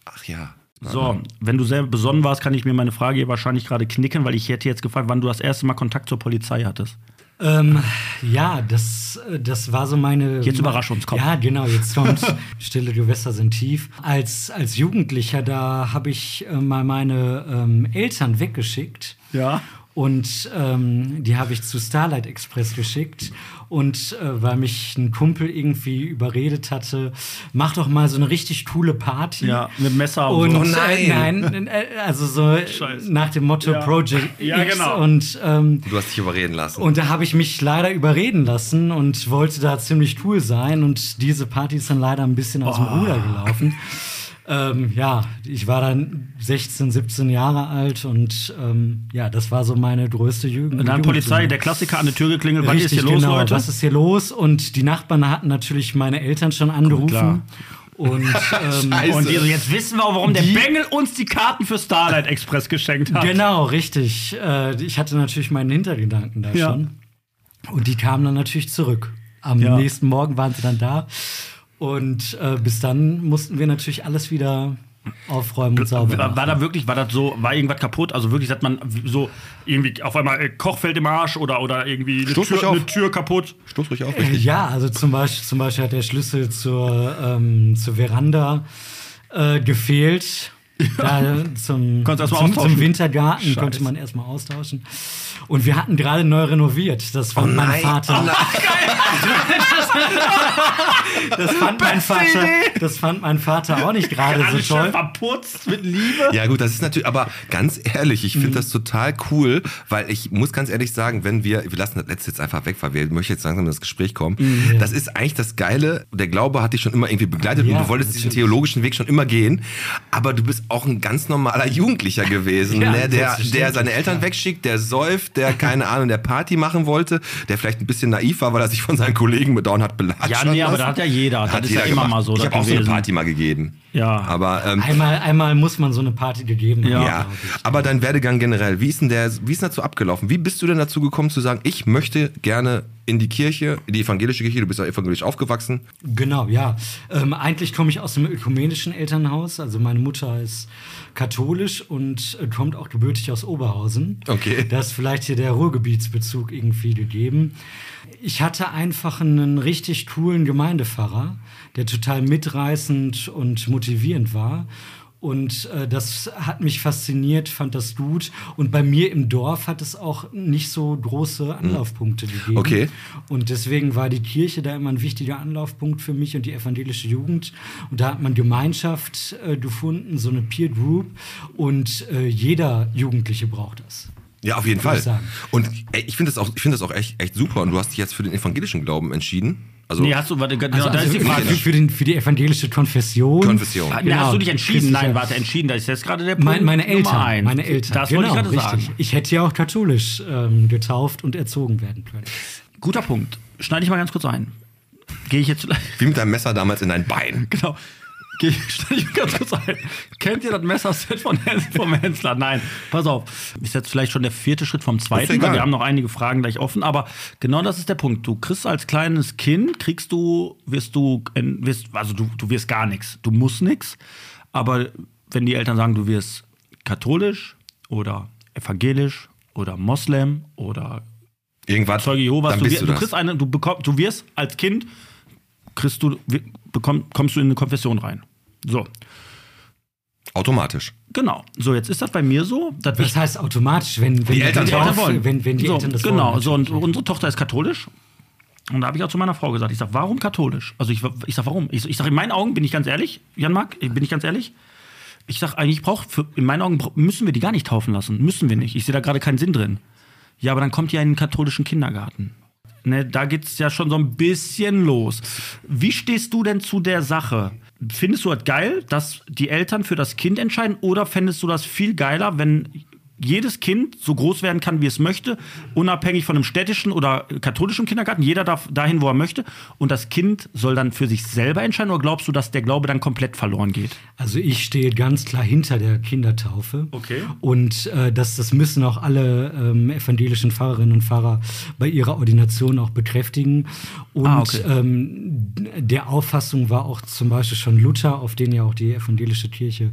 Ach ja. So, wenn du sehr besonnen warst, kann ich mir meine Frage hier wahrscheinlich gerade knicken, weil ich hätte jetzt gefragt, wann du das erste Mal Kontakt zur Polizei hattest. Ähm, ja, das, äh, das war so meine. Jetzt überrasch uns, komm. Ja, genau, jetzt kommt. Stille Gewässer sind tief. Als, als Jugendlicher, da habe ich äh, mal meine ähm, Eltern weggeschickt. Ja. Und ähm, die habe ich zu Starlight Express geschickt. Und äh, weil mich ein Kumpel irgendwie überredet hatte, mach doch mal so eine richtig coole Party. Ja, mit Messer und und, so. Oh nein. Äh, nein, äh, also so Scheiße. nach dem Motto Ja. Project Ja, X genau. und ähm, Du hast dich überreden lassen. und da habe ich mich leider überreden lassen und wollte da ziemlich cool sein. Und diese Party ist dann leider ein bisschen aus dem Oh. Ruder gelaufen. ähm, ja, ich war dann 16, 17 Jahre alt und ähm, ja, das war so meine größte Jugend. Und dann Jugend- Polizei, der Klassiker an der Tür geklingelt, was ist Richtig, hier los, genau. Leute? Was ist hier los? Und die Nachbarn hatten natürlich meine Eltern schon angerufen. klar. Und ähm, Scheiße. und die so, jetzt wissen wir auch, warum der Die- Bengel uns die Karten für Starlight Express geschenkt hat. Genau, richtig. Äh, ich hatte natürlich meinen Hintergedanken da Ja. schon. Und die kamen dann natürlich zurück. Am Ja. nächsten Morgen waren sie dann da. Und äh, bis dann mussten wir natürlich alles wieder aufräumen und sauber War, machen. war da wirklich, war das so, war irgendwas kaputt? Also wirklich, hat man so irgendwie auf einmal äh, Koch fällt im Arsch oder, oder irgendwie eine Stoß mich Tür, auf. eine Tür kaputt? Stoß ruhig auf, Äh, richtig. Ja, also zum Beispiel, zum Beispiel hat der Schlüssel zur, ähm, zur Veranda äh, gefehlt. Da, zum, Konntest erst mal zum, austauschen. zum Wintergarten konnte man erstmal austauschen. Und wir hatten gerade neu renoviert. Das war mein nein. Vater. Oh nein. Das fand mein Vater, das fand mein Vater auch nicht gerade so Alles schön toll. verputzt mit Liebe. Ja, gut, das ist natürlich, aber ganz ehrlich, ich Mhm. finde das total cool, weil ich muss ganz ehrlich sagen, wenn wir, wir lassen das letzte jetzt einfach weg, weil wir möchten jetzt langsam in das Gespräch kommen. Mhm. Das ist eigentlich das Geile. Der Glaube hat dich schon immer irgendwie begleitet Ja, und du wolltest diesen natürlich. theologischen Weg schon immer gehen. Aber du bist auch ein ganz normaler Jugendlicher gewesen, Ja, ne, der, der selbstverständlich, seine Eltern wegschickt, der säuft, der keine Ahnung, der Party machen wollte, der vielleicht ein bisschen naiv war, weil er sich von seinen Kollegen bedauern hat belatscht. Ja, nee, hat lassen. aber da hat ja jeder. Das Hat ist jeder ja immer gemacht. mal so. Ich das habe auch so eine gewesen. Party mal gegeben. Ja. Aber ähm, Einmal, einmal muss man so eine Party gegeben haben. ja, aber dein Werdegang generell, wie ist denn der, wie ist denn dazu abgelaufen? Wie bist du denn dazu gekommen zu sagen, ich möchte gerne in die Kirche, in die evangelische Kirche, du bist ja evangelisch aufgewachsen. Genau, ja. Ähm, eigentlich komme ich aus einem ökumenischen Elternhaus. Also meine Mutter ist katholisch und äh, kommt auch gebürtig aus Oberhausen. Okay. Da ist vielleicht hier der Ruhrgebietsbezug irgendwie gegeben. Ich hatte einfach einen richtig coolen Gemeindepfarrer, der total mitreißend und motivierend war. Und äh, das hat mich fasziniert, fand das gut. Und bei mir im Dorf hat es auch nicht so große Anlaufpunkte gegeben. Okay. Und deswegen war die Kirche da immer ein wichtiger Anlaufpunkt für mich und die evangelische Jugend. Und da hat man Gemeinschaft äh, gefunden, so eine Peer Group. Und äh, jeder Jugendliche braucht das. Ja, auf jeden Würde Fall. ich sagen. Und ey, ich finde das auch, ich finde das auch echt, echt super. Und du hast dich jetzt für den evangelischen Glauben entschieden. Also, Nee, hast du, warte, genau, da ist die also für, Frage. für, den, für die evangelische Konfession. Konfession. Nee, hast du dich entschieden? Christlicher- Nein, warte, entschieden. Da ist jetzt gerade der Punkt. Mein, meine Eltern. Nummer eins. Meine Eltern. Das genau, wollte ich gerade richtig. sagen. Ich hätte ja auch katholisch ähm, getauft und erzogen werden können. Guter Punkt. Schneide ich mal ganz kurz ein. Gehe ich jetzt. wie mit deinem Messer damals in dein Bein. Genau. Geh ich schneide ich ganz kurz ein. Kennt ihr das Messerset von Hens- vom Hensler? Nein, pass auf. Ist jetzt vielleicht schon der vierte Schritt vom Ist zweiten, egal. weil wir haben noch einige Fragen gleich offen. Aber genau das ist der Punkt. Du kriegst als kleines Kind, kriegst du, wirst du, äh, wirst, also du, du wirst gar nichts. Du musst nichts. Aber wenn die Eltern sagen, du wirst katholisch oder evangelisch oder Moslem oder Irgendwas. Zeuge Jehovas, dann du, bist wir- du, du das. kriegst eine, du bekommst, du wirst als Kind, kriegst du, wir- bekomm, kommst du in eine Konfession rein. So. Automatisch. Genau. So, jetzt ist das bei mir so. dass ich- Das heißt automatisch, wenn, wenn Die Eltern die Eltern drauf, wollen. Wenn, wenn die so, Eltern das genau, wollen. so und unsere Tochter ist katholisch. Und da habe ich auch zu meiner Frau gesagt, ich sage, warum katholisch? Also ich, ich sage, warum? Ich, ich sage, in meinen Augen bin ich ganz ehrlich, Jan Marc, bin ich ganz ehrlich. Ich sage, eigentlich braucht, in meinen Augen bra- müssen wir die gar nicht taufen lassen. Müssen wir nicht. Ich sehe da gerade keinen Sinn drin. Ja, aber dann kommt ihr in einen katholischen Kindergarten. Ne, da geht es ja schon so ein bisschen los. Wie stehst du denn zu der Sache? Findest du das geil, dass die Eltern für das Kind entscheiden oder fändest du das viel geiler, wenn jedes Kind so groß werden kann, wie es möchte, unabhängig von einem städtischen oder katholischen Kindergarten, jeder darf dahin, wo er möchte und das Kind soll dann für sich selber entscheiden oder glaubst du, dass der Glaube dann komplett verloren geht? Also ich stehe ganz klar hinter der Kindertaufe. Okay. Und äh, das, das müssen auch alle ähm, evangelischen Pfarrerinnen und Pfarrer bei ihrer Ordination auch bekräftigen. Und Ah, okay. ähm, d- der Auffassung war auch zum Beispiel schon Luther, auf den ja auch die evangelische Kirche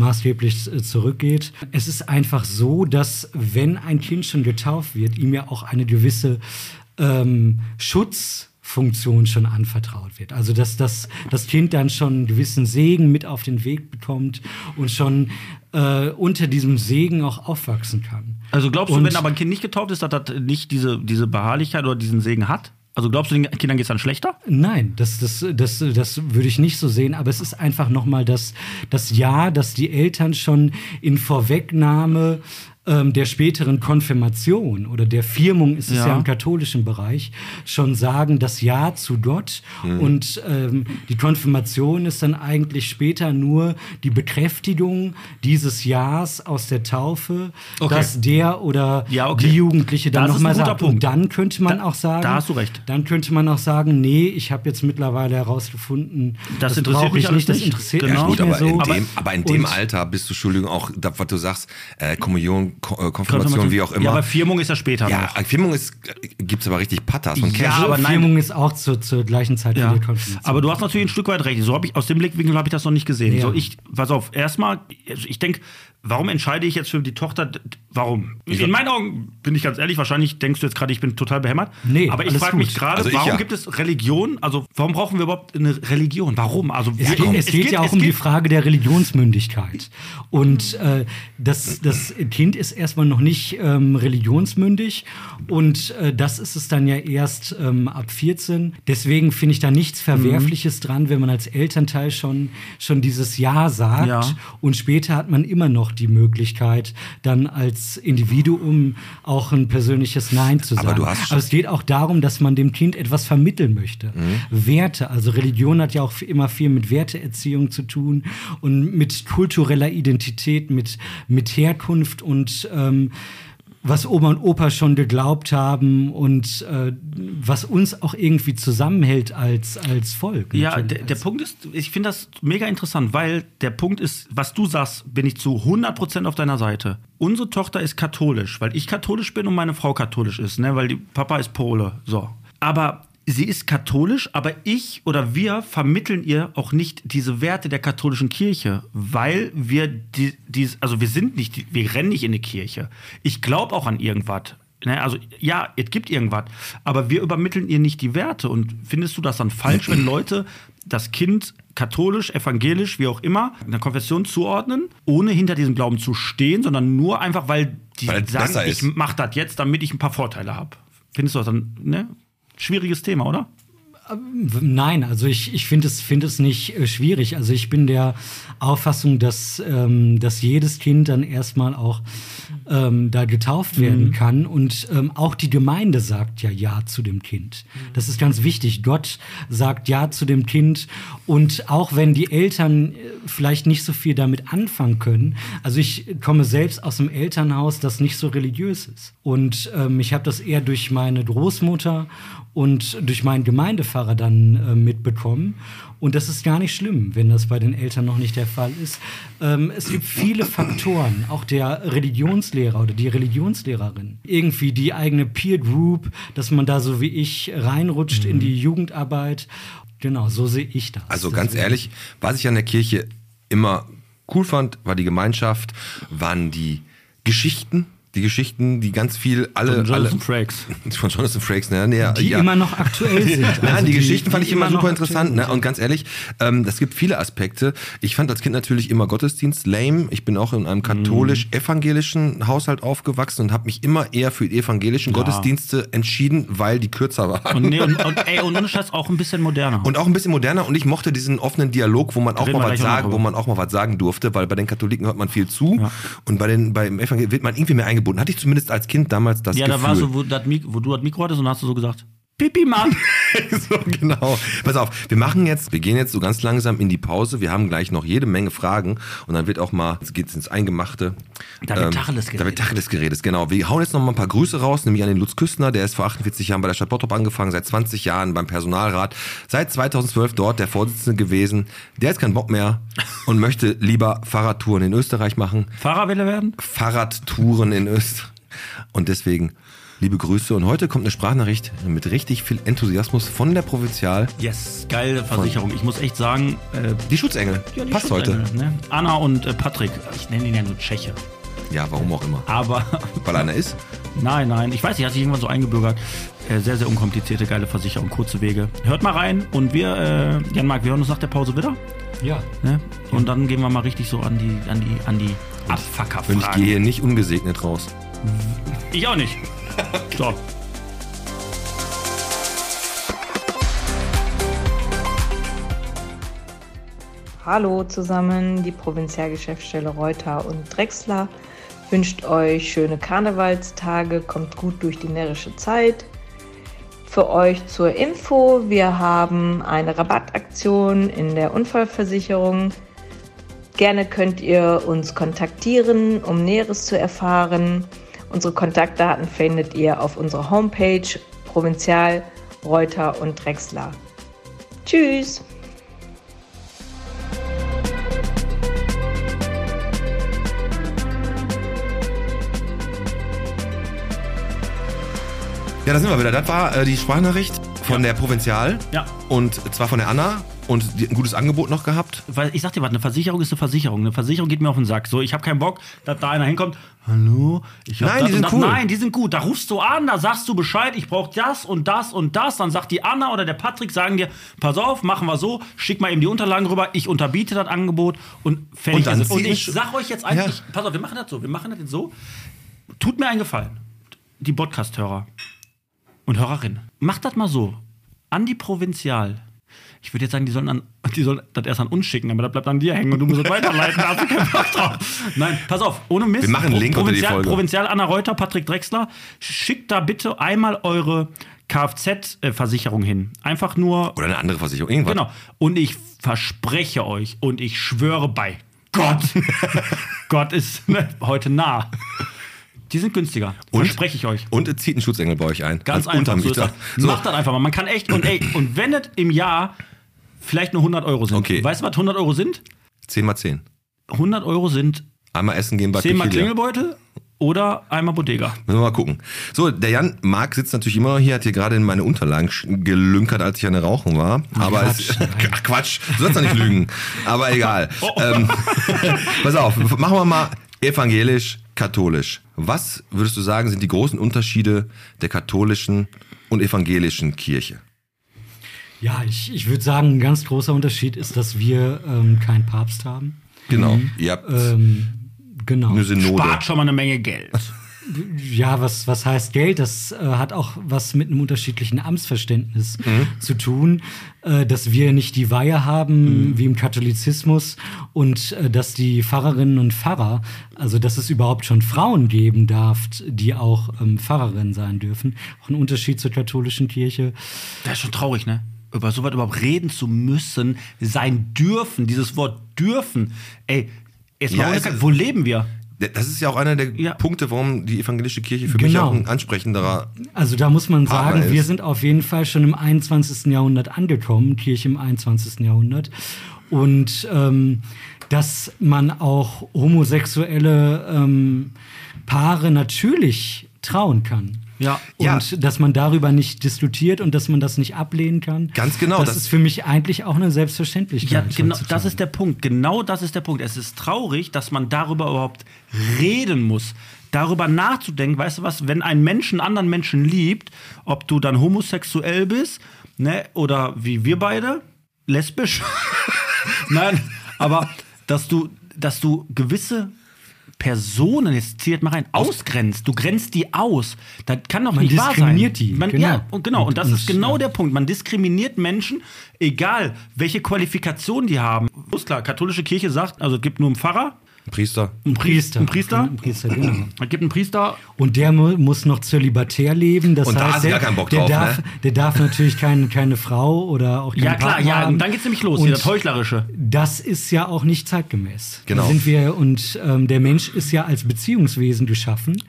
maßgeblich äh, zurückgeht. Es ist einfach so, dass wenn ein Kind schon getauft wird, ihm ja auch eine gewisse ähm, Schutzfunktion schon anvertraut wird. Also dass, dass das Kind dann schon einen gewissen Segen mit auf den Weg bekommt und schon äh, unter diesem Segen auch aufwachsen kann. Also glaubst Und- du, wenn aber ein Kind nicht getauft ist, dass das nicht diese, diese Beharrlichkeit oder diesen Segen hat? Also glaubst du, den Kindern geht es dann schlechter? Nein, das, das, das, das würde ich nicht so sehen, aber es ist einfach nochmal das, das Ja, dass die Eltern schon in Vorwegnahme ähm, der späteren Konfirmation oder der Firmung ist es ja. Ja. im katholischen Bereich schon sagen, das Ja zu Gott Hm. und ähm, die Konfirmation ist dann eigentlich später nur die Bekräftigung dieses Ja's aus der Taufe, Okay. dass der oder Ja, okay. die Jugendliche dann Das ist nochmal ein guter sagt. Und Punkt. dann könnte man Da- auch sagen, da hast du recht. dann könnte man auch sagen, nee, ich habe jetzt mittlerweile herausgefunden, Das interessiert brauche mich ich alles nicht, das nicht. interessiert Genau. mich Gut, nicht mehr aber, so. in dem, aber in dem Und- Alter bist du, Entschuldigung, auch, das, was du sagst, äh, Kommunion, Ko äh, Konfirmation, Konfirmation. wie auch Ja, immer. aber Firmung ist ja später Ja, noch. Firmung ist, gibt's aber richtig Patas und Ja, Cash. aber nein. Firmung ist auch zur, zur gleichen Zeit Ja. wie die Konfirmation. Aber du hast natürlich ein Stück weit recht. So habe ich aus dem Blickwinkel habe ich das noch nicht gesehen. Ja. So ich, pass auf, erstmal, also ich denke, warum entscheide ich jetzt für die Tochter? d- d- Warum? In meinen Augen bin ich ganz ehrlich. Wahrscheinlich denkst du jetzt gerade, ich bin total behämmert. Nee, aber ich alles frage gut. mich gerade, Also ich warum ja. gibt es Religion? Also warum brauchen wir überhaupt eine Religion? Warum? Also es, wir- geht, es geht ja auch es um die geht- Frage der Religionsmündigkeit. Und äh, das, das Kind ist erstmal noch nicht ähm, religionsmündig und äh, das ist es dann ja erst ähm, ab 14. Deswegen finde ich da Mhm. nichts Verwerfliches dran, wenn man als Elternteil schon, schon dieses Ja sagt. Ja. Und später hat man immer noch die Möglichkeit, dann als Individuum auch ein persönliches Nein zu sagen. Aber du hast- Aber es geht auch darum, dass man dem Kind etwas vermitteln möchte. Mhm. Werte, also Religion hat ja auch immer viel mit Werteerziehung zu tun und mit kultureller Identität, mit, mit Herkunft und ähm, was Oma und Opa schon geglaubt haben und äh, was uns auch irgendwie zusammenhält als, als Volk. Ja, natürlich. der, der Punkt ist, ich finde das mega interessant, weil der Punkt ist, was du sagst, bin ich zu 100% auf deiner Seite. Unsere Tochter ist katholisch, weil ich katholisch bin und meine Frau katholisch ist, ne? weil die Papa ist Pole. So. Aber sie ist katholisch, aber ich oder wir vermitteln ihr auch nicht diese Werte der katholischen Kirche, weil wir, die, die, also wir sind nicht, die- wir rennen nicht in die Kirche. Ich glaube auch an irgendwas. Ne, also ja, es gibt irgendwas, aber wir übermitteln ihr nicht die Werte. Und findest du das dann falsch, wenn Leute das Kind katholisch, evangelisch, wie auch immer, einer Konfession zuordnen, ohne hinter diesem Glauben zu stehen, sondern nur einfach, weil die Weil es besser sagen, ist. ich mach das jetzt, damit ich ein paar Vorteile habe. Findest du das dann, ne? Schwieriges Thema, oder? Nein, also ich, ich finde es, find es nicht äh, schwierig. Also ich bin der Auffassung, dass, ähm, dass jedes Kind dann erstmal auch ähm, da getauft werden kann. Und ähm, auch die Gemeinde sagt ja Ja zu dem Kind. Das ist ganz wichtig. Gott sagt Ja zu dem Kind. Und auch wenn die Eltern äh, vielleicht nicht so viel damit anfangen können, also ich komme selbst aus einem Elternhaus, das nicht so religiös ist. Und ähm, ich habe das eher durch meine Großmutter und durch meinen Gemeindefahrer dann äh, mitbekommen. Und das ist gar nicht schlimm, wenn das bei den Eltern noch nicht der Fall ist. Ähm, es gibt viele Faktoren, auch der Religionslehrer oder die Religionslehrerin. Irgendwie die eigene Peer Group, dass man da so wie ich reinrutscht in die Jugendarbeit. Genau, so sehe ich das. Mhm. Also Das ganz ist- ehrlich, was ich an der Kirche immer cool fand, war die Gemeinschaft, waren die Geschichten, die Die Geschichten, die ganz viel alle. Von alle Jonathan Frakes. von Jonathan Frakes, ne? Ne, Die ja. immer noch aktuell sind. Also Nein, die, Geschichten fand die ich immer noch super aktuell interessant. Ne? Und ganz ehrlich, ähm, es gibt viele Aspekte. Ich fand als Kind natürlich immer Gottesdienst lame. Ich bin auch in einem Mhm. katholisch-evangelischen Haushalt aufgewachsen und habe mich immer eher für die evangelischen Gottesdienste entschieden, weil die kürzer waren. Und, nee, und, und, ey, und ohne Scheiß auch ein bisschen moderner. Und auch ein bisschen moderner und ich mochte diesen offenen Dialog, wo man auch Reden wir mal was gleich auch noch sagen, wo drüber. man auch mal was sagen durfte, weil bei den Katholiken hört man viel zu und bei den beim Evangel wird man irgendwie mehr eingebunden. Hatte ich zumindest als Kind damals das ja, Gefühl. da war so, wo, das Mik wo du das Mikro hattest und hast du so gesagt, Pipi, Mann. so, genau. Pass auf, wir machen jetzt, wir gehen jetzt so ganz langsam in die Pause. Wir haben gleich noch jede Menge Fragen und dann wird auch mal, jetzt geht's ins Eingemachte. Da wird Tacheles Da geredet. wird Tacheles geredet, genau. Wir hauen jetzt noch mal ein paar Grüße raus, nämlich an den Lutz Küstner, der ist vor 48 Jahren bei der Stadt Bottrop angefangen, seit 20 Jahren beim Personalrat, seit 2012 dort der Vorsitzende gewesen. Der hat keinen Bock mehr und möchte lieber Fahrradtouren in Österreich machen. Fahrerwelle werden? Fahrradtouren in Österreich. Und deswegen liebe Grüße. Und heute kommt eine Sprachnachricht mit richtig viel Enthusiasmus von der Provinzial. Yes, geile Versicherung. Ich muss echt sagen, äh, Die Schutzengel. ja, die Passt Schutzengel, heute. Ne? Anna und äh, Patrick. Ich nenne ihn ja nur Tscheche. Ja, warum auch immer. Aber Weil einer ist. nein, nein. Ich weiß nicht, hat sich irgendwann so eingebürgert. Äh, sehr, sehr unkomplizierte, geile Versicherung. Kurze Wege. Hört mal rein und wir, äh, Jan-Marc, wir hören uns nach der Pause wieder. Ja. Ne? Und dann gehen wir mal richtig so an die, an die, an die Und ich Abfucker-Fragen. gehe nicht ungesegnet raus. Ich auch nicht. So. Hallo zusammen, die Provinzialgeschäftsstelle Reuter und Drexler wünscht euch schöne Karnevalstage, kommt gut durch die närrische Zeit. Für euch zur Info, wir haben eine Rabattaktion in der Unfallversicherung. Gerne könnt ihr uns kontaktieren, um Näheres zu erfahren. Unsere Kontaktdaten findet ihr auf unserer Homepage Provinzial Reuter und Drexler. Tschüss! Ja, da sind wir wieder. Das war äh, die Sprachnachricht von der Provinzial. Ja. Und zwar von der Anna. Und die, ein gutes Angebot noch gehabt. Weil ich sag dir was, eine Versicherung ist eine Versicherung. Eine Versicherung geht mir auf den Sack. So, ich habe keinen Bock, dass da einer hinkommt. Hallo? Ich hab Nein, das die und sind das. cool. Nein, die sind gut. Da rufst du an, da sagst du Bescheid, ich brauche das und das und das. Dann sagt die Anna oder der Patrick, sagen dir, pass auf, machen wir so, schick mal eben die Unterlagen rüber, ich unterbiete das Angebot und fertig. Und dann ist es. und zieh ich ich- sag euch jetzt eigentlich, Ja. pass auf, wir machen das so, wir machen das jetzt so. Tut mir einen Gefallen, die Podcast-Hörer und Hörerinnen, macht das mal so. An die Provinzial. Ich würde jetzt sagen, die sollen, an, die sollen das erst an uns schicken, aber das bleibt an dir hängen und du musst es weiterleiten. Da hast du keinen Bock drauf. Nein, pass auf, ohne Mist. Wir machen einen Link unter die Provinzial, Folge. Provinzial Anna Reuter, Patrick Drexler, schickt da bitte einmal eure Kfz-Versicherung hin. Einfach nur, Oder eine andere Versicherung. Irgendwas. genau. Und ich verspreche euch und ich schwöre bei Gott, Gott ist ne, heute nah. Die sind günstiger. Und? Verspreche ich euch. Und es zieht ein Schutzengel bei euch ein. Als Ganz einfach. So ist Untermieter. das. Macht das einfach mal. Man kann echt, und ey, und wenn es im Jahr vielleicht nur 100 Euro sind. Okay. Weißt du, was 100 Euro sind? 10 mal 10. 100 Euro sind Einmal essen gehen bei 10 mal Pekilia. Klingelbeutel oder einmal Bodega. Müssen wir mal gucken. So, der Jan Mark sitzt natürlich immer noch hier, hat hier gerade in meine Unterlagen sch- gelünkert, als ich an der Rauchen war. Aber Quatsch, es, Ach, Quatsch, du sollst doch nicht lügen. Aber egal. Ähm, pass auf, machen wir mal evangelisch, katholisch. Was würdest du sagen, sind die großen Unterschiede der katholischen und evangelischen Kirche? Ja, ich, ich würde sagen, ein ganz großer Unterschied ist, dass wir ähm, keinen Papst haben. Genau. Ihr habt Ähm, genau. eine Synode. Spart schon mal eine Menge Geld. Ja, was, was heißt Geld? Das äh, hat auch was mit einem unterschiedlichen Amtsverständnis zu tun, äh, dass wir nicht die Weihe haben wie im Katholizismus und äh, dass die Pfarrerinnen und Pfarrer, also dass es überhaupt schon Frauen geben darf, die auch ähm, Pfarrerinnen sein dürfen. Auch ein Unterschied zur katholischen Kirche. Das ist schon traurig, ne? Über so was überhaupt reden zu müssen, sein dürfen, dieses Wort dürfen. Ey, jetzt mal Ja, ohne es Kack, ist- wo leben wir? Das ist ja auch einer der Ja. Punkte, warum die evangelische Kirche für mich Genau. auch ein ansprechenderer Also da muss man Partner sagen, ist. wir sind auf jeden Fall schon im 21. Jahrhundert angekommen, Kirche im 21. Jahrhundert. Und ähm, dass man auch homosexuelle ähm, Paare natürlich trauen kann. Ja. Und Ja. dass man darüber nicht diskutiert und dass man das nicht ablehnen kann. Ganz genau, Das, das- ist für mich eigentlich auch eine Selbstverständlichkeit. Ja, genau, heutzutage. das ist der Punkt. Genau das ist der Punkt. Es ist traurig, dass man darüber überhaupt reden muss. darüber nachzudenken, weißt du was, wenn ein Mensch einen anderen Menschen liebt, ob du dann homosexuell bist, ne, oder wie wir beide, lesbisch. Nein, aber dass du, dass du gewisse Personen, jetzt zählt mal rein, ausgrenzt. Du grenzt die aus. Das kann doch Man nicht wahr sein. diskriminiert die, Man, genau. Ja, und genau. Und das Und- ist genau ja. der Punkt. Man diskriminiert Menschen, egal welche Qualifikationen die haben. Ist klar, katholische Kirche sagt, also es gibt nur einen Pfarrer, Priester. einen Priester. Einen Priester. Ein Priester, genau. Es gibt einen Priester. Und der mu- muss noch zölibatär leben. Das Und da heißt, hast du der, gar keinen Bock der drauf, darf, ne? Der darf natürlich kein, keine Frau oder auch keinen Ja, klar, Partner ja. haben. Und dann geht's nämlich los, hier, Und das Heuchlerische. Das ist ja auch nicht zeitgemäß. Genau. Da Sind wir, und ähm, der Mensch ist ja als Beziehungswesen geschaffen.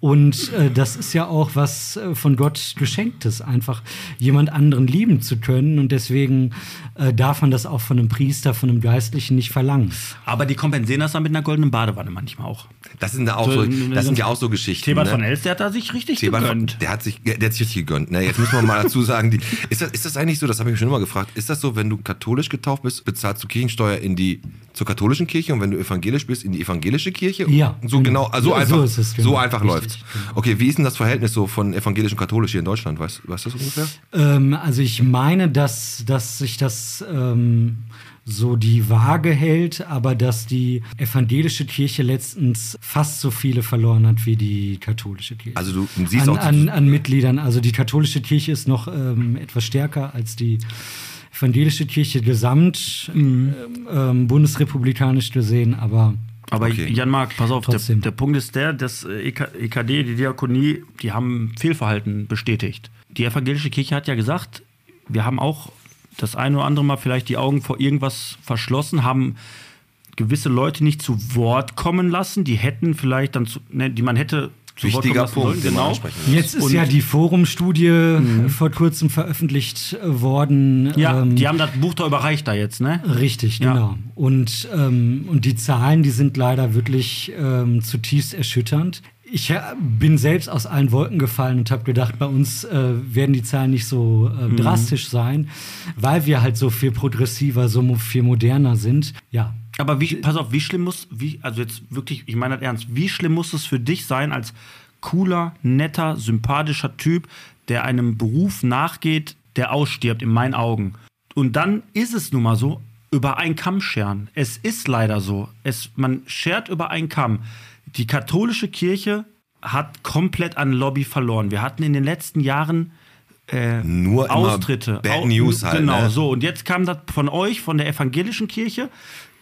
Und äh, das ist ja auch was äh, von Gott geschenktes, einfach jemand anderen lieben zu können. Und deswegen äh, darf man das auch von einem Priester, von einem Geistlichen nicht verlangen. Aber die kompensieren das dann mit einer goldenen Badewanne manchmal auch. Das sind ja auch so, So, das sind ja auch so Geschichten. Theban ne? von Els, der hat da sich richtig Theban von, gegönnt. der hat sich, der hat sich richtig gegönnt. Ne? Jetzt müssen wir mal dazu sagen, die, ist, das, ist das eigentlich so, das habe ich mich schon immer gefragt, ist das so, wenn du katholisch getauft bist, bezahlst du Kirchensteuer in die, zur katholischen Kirche und wenn du evangelisch bist, in die evangelische Kirche? Ja. So genau, also So einfach, so, ist es, genau. einfach Richtig, läuft's. Okay, wie ist denn das Verhältnis so von evangelisch und katholisch hier in Deutschland? Weißt, weißt du das ungefähr? Ähm, also ich meine, dass, dass sich das ähm, so die Waage hält, aber dass die evangelische Kirche letztens fast so viele verloren hat wie die katholische Kirche. Also du siehst an, auch- an, an Mitgliedern. Also die katholische Kirche ist noch ähm, etwas stärker als die evangelische Kirche gesamt, Mhm. ähm, ähm, bundesrepublikanisch gesehen, aber Aber Okay. Jan Marc, pass auf, der, Trotzdem. der Punkt ist der, dass äh, EK, EKD, die Diakonie, die haben Fehlverhalten bestätigt. Die evangelische Kirche hat ja gesagt, wir haben auch das eine oder andere Mal vielleicht die Augen vor irgendwas verschlossen, haben gewisse Leute nicht zu Wort kommen lassen, die hätten vielleicht dann, zu, ne, die man hätte zu Wort kommen Wichtiger lassen Punkt, sollen, den man genau. ansprechen muss. jetzt ist Und- Mhm. ja die Forum-Studie äh, vor kurzem veröffentlicht äh, worden. Ja, ähm, die haben das Buch da überreicht da jetzt, ne? Richtig, Ja. genau. Und, ähm, und die Zahlen, die sind leider wirklich ähm, zutiefst erschütternd. Ich äh, bin selbst aus allen Wolken gefallen und habe gedacht, bei uns äh, werden die Zahlen nicht so äh, drastisch sein, weil wir halt so viel progressiver, so mo- viel moderner sind. Ja, Aber wie, pass auf, wie schlimm muss, wie, also jetzt wirklich, ich meine das ernst, wie schlimm muss es für dich sein, als cooler, netter, sympathischer Typ, der einem Beruf nachgeht, der ausstirbt, in meinen Augen. Und dann ist es nun mal so, über einen Kamm scheren. Es ist leider so. Es, man schert über einen Kamm. Die katholische Kirche hat komplett an Lobby verloren. Wir hatten in den letzten Jahren Nur immer Austritte. Bad Au- News halt. Genau, ne? so. Und jetzt kam das von euch, von der evangelischen Kirche,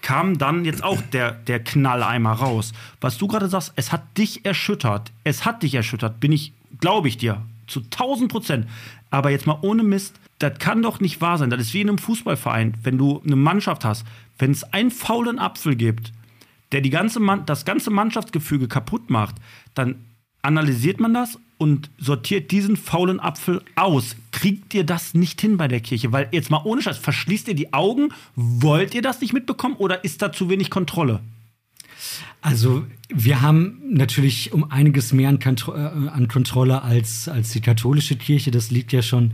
kam dann jetzt auch der, der Knall einmal raus. Was du gerade sagst, es hat dich erschüttert. Es hat dich erschüttert, bin ich, glaube ich dir, zu 1000 Prozent. Aber jetzt mal ohne Mist, das kann doch nicht wahr sein. Das ist wie in einem Fußballverein, wenn du eine Mannschaft hast, wenn es einen faulen Apfel gibt, der die ganze Mann, das ganze Mannschaftsgefüge kaputt macht, dann analysiert man das und sortiert diesen faulen Apfel aus. Kriegt ihr das nicht hin bei der Kirche? Weil jetzt mal ohne Scheiß, verschließt ihr die Augen? Wollt ihr das nicht mitbekommen oder ist da zu wenig Kontrolle? Also wir haben natürlich um einiges mehr an, Kontro äh, an Kontrolle als, als die katholische Kirche. Das liegt ja schon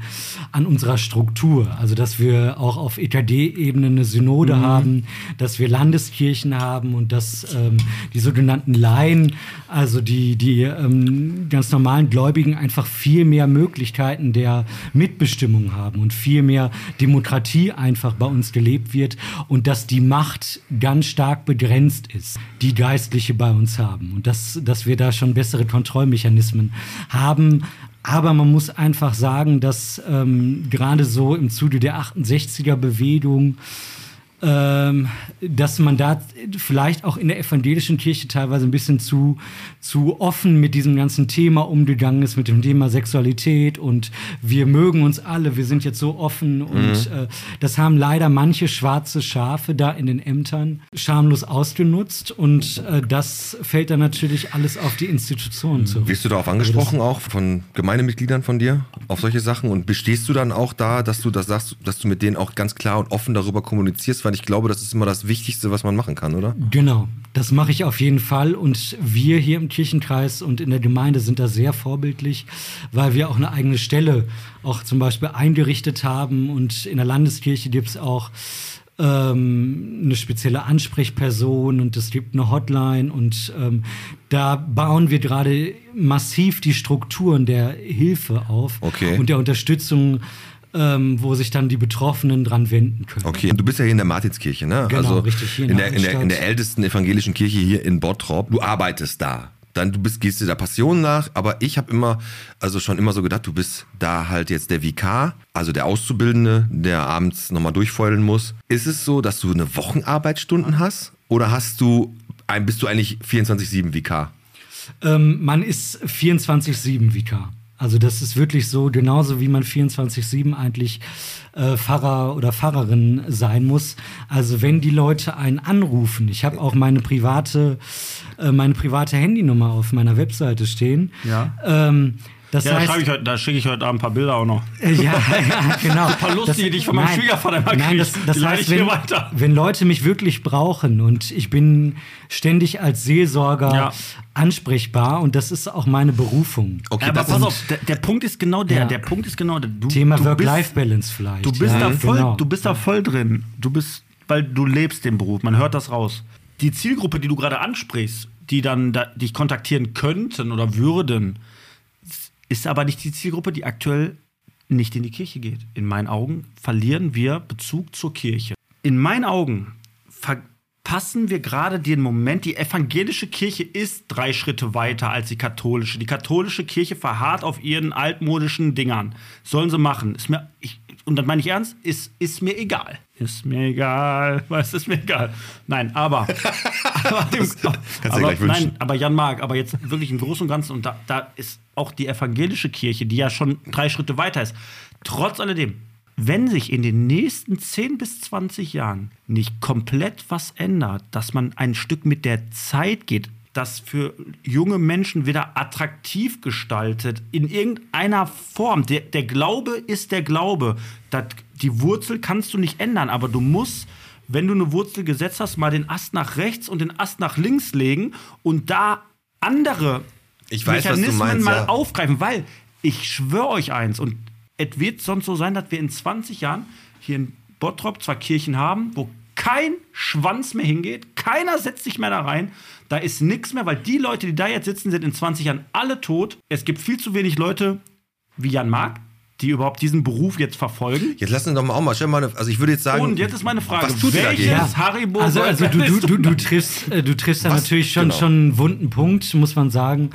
an unserer Struktur. Also dass wir auch auf EKD-Ebene eine Synode haben, dass wir Landeskirchen haben und dass ähm, die sogenannten Laien, also die, die ähm, ganz normalen Gläubigen einfach viel mehr Möglichkeiten der Mitbestimmung haben und viel mehr Demokratie einfach bei uns gelebt wird und dass die Macht ganz stark begrenzt ist, die Geistliche bei uns haben und dass, dass wir da schon bessere Kontrollmechanismen haben. Aber man muss einfach sagen, dass ähm, gerade so im Zuge der 68er-Bewegung ähm, dass man da vielleicht auch in der evangelischen Kirche teilweise ein bisschen zu, zu offen mit diesem ganzen Thema umgegangen ist, mit dem Thema Sexualität und wir mögen uns alle, wir sind jetzt so offen und äh, das haben leider manche schwarze Schafe da in den Ämtern schamlos ausgenutzt und äh, das fällt dann natürlich alles auf die Institutionen zurück. Wirst du darauf angesprochen auch von Gemeindemitgliedern von dir auf solche Sachen und bestehst du dann auch da, dass du das sagst, dass du mit denen auch ganz klar und offen darüber kommunizierst, weil ich glaube, das ist immer das Wichtigste, was man machen kann, oder? Genau, das mache ich auf jeden Fall. Und wir hier im Kirchenkreis und in der Gemeinde sind da sehr vorbildlich, weil wir auch eine eigene Stelle auch zum Beispiel eingerichtet haben. Und in der Landeskirche gibt es auch ähm, eine spezielle Ansprechperson und es gibt eine Hotline und ähm, da bauen wir gerade massiv die Strukturen der Hilfe auf Okay. und der Unterstützung, ähm, wo sich dann die Betroffenen dran wenden können. Okay, du bist ja hier in der Martinskirche, ne? Genau, also richtig, hier in, in der, der in, der, in der Altstadt. ältesten evangelischen Kirche hier in Bottrop. Du arbeitest da. Dann du bist, gehst dir der Passion nach, aber ich habe immer, also schon immer so gedacht, du bist da halt jetzt der Vikar, also der Auszubildende, der abends nochmal durchfeudeln muss. Ist es so, dass du eine Wochenarbeitsstunden hast? Oder hast du ein, bist du eigentlich 24-7 Vikar? Ähm, man ist 24-7 Vikar. Also das ist wirklich so, genauso wie man 24-7 eigentlich äh, Pfarrer oder Pfarrerin sein muss. Also wenn die Leute einen anrufen, ich habe auch meine private, äh, meine private Handynummer auf meiner Webseite stehen. Ja. Ähm, das Ja, da, heißt, äh, schreibe ich heute- da schicke ich heute Abend ein paar Bilder auch noch. ja, ja, genau. Ein paar lustige, die ich von meinem nein, Schwiegervater immer Nein, krieg. das, das Die leite heißt, ich hier wenn, weiter. wenn Leute mich wirklich brauchen und ich bin ständig als Seelsorger Ja. ansprechbar und das aber pass auf, de- der- der Punkt ist genau der- du- du bist- das ist meine Berufung. aber pass auf, der, der Punkt ist genau der. Ja. Der Punkt ist genau der. Du, Thema du bist- Work-Life-Balance vielleicht. Du bist, ja, da voll, genau. du bist da voll drin. Du bist, weil du lebst den Beruf. Man hört das raus. Die Zielgruppe, die du gerade ansprichst, die dann da, dich kontaktieren könnten oder würden, ist aber nicht die Zielgruppe, die aktuell nicht in die Kirche geht. In meinen Augen verlieren wir Bezug zur Kirche. In meinen Augen verpassen wir gerade den Moment, die evangelische Kirche ist drei Schritte weiter als die katholische. Die katholische Kirche verharrt auf ihren altmodischen Dingern. Sollen sie machen. Ist mir, ich, und dann meine ich ernst, ist, ist mir egal. Ist mir egal. Was ist mir egal? Nein, aber. aber dem, dir aber, gleich wünschen. Nein, aber Jan Marc, aber jetzt wirklich im Großen und Ganzen, und da, da ist auch die evangelische Kirche, die ja schon drei Schritte weiter ist, trotz alledem, wenn sich in den nächsten 10 bis 20 Jahren nicht komplett was ändert, dass man ein Stück mit der Zeit geht, das für junge Menschen wieder attraktiv gestaltet, in irgendeiner Form. Der, der Glaube ist der Glaube. Das, die Wurzel kannst du nicht ändern, aber du musst wenn du eine Wurzel gesetzt hast, mal den Ast nach rechts und den Ast nach links legen und da andere Ich weiß, was du Mechanismen meinst, mal ja. aufgreifen, weil ich schwöre euch eins und es wird sonst so sein, dass wir in 20 Jahren hier in Bottrop zwar Kirchen haben, wo kein Schwanz mehr hingeht, keiner setzt sich mehr da rein, da ist nichts mehr, weil die Leute, die da jetzt sitzen, sind in 20 Jahren alle tot. Es gibt viel zu wenig Leute wie Jan Mark, die überhaupt diesen Beruf jetzt verfolgen. Jetzt lass uns doch mal auch mal, stell mal, eine- also ich würde jetzt sagen. Und jetzt ist meine Frage, Was tut ihr welches dagegen? Ja. Haribo also, soll- also du, du, du, du triffst, äh, du triffst da Was? natürlich schon, Genau. schon einen wunden Punkt, muss man sagen.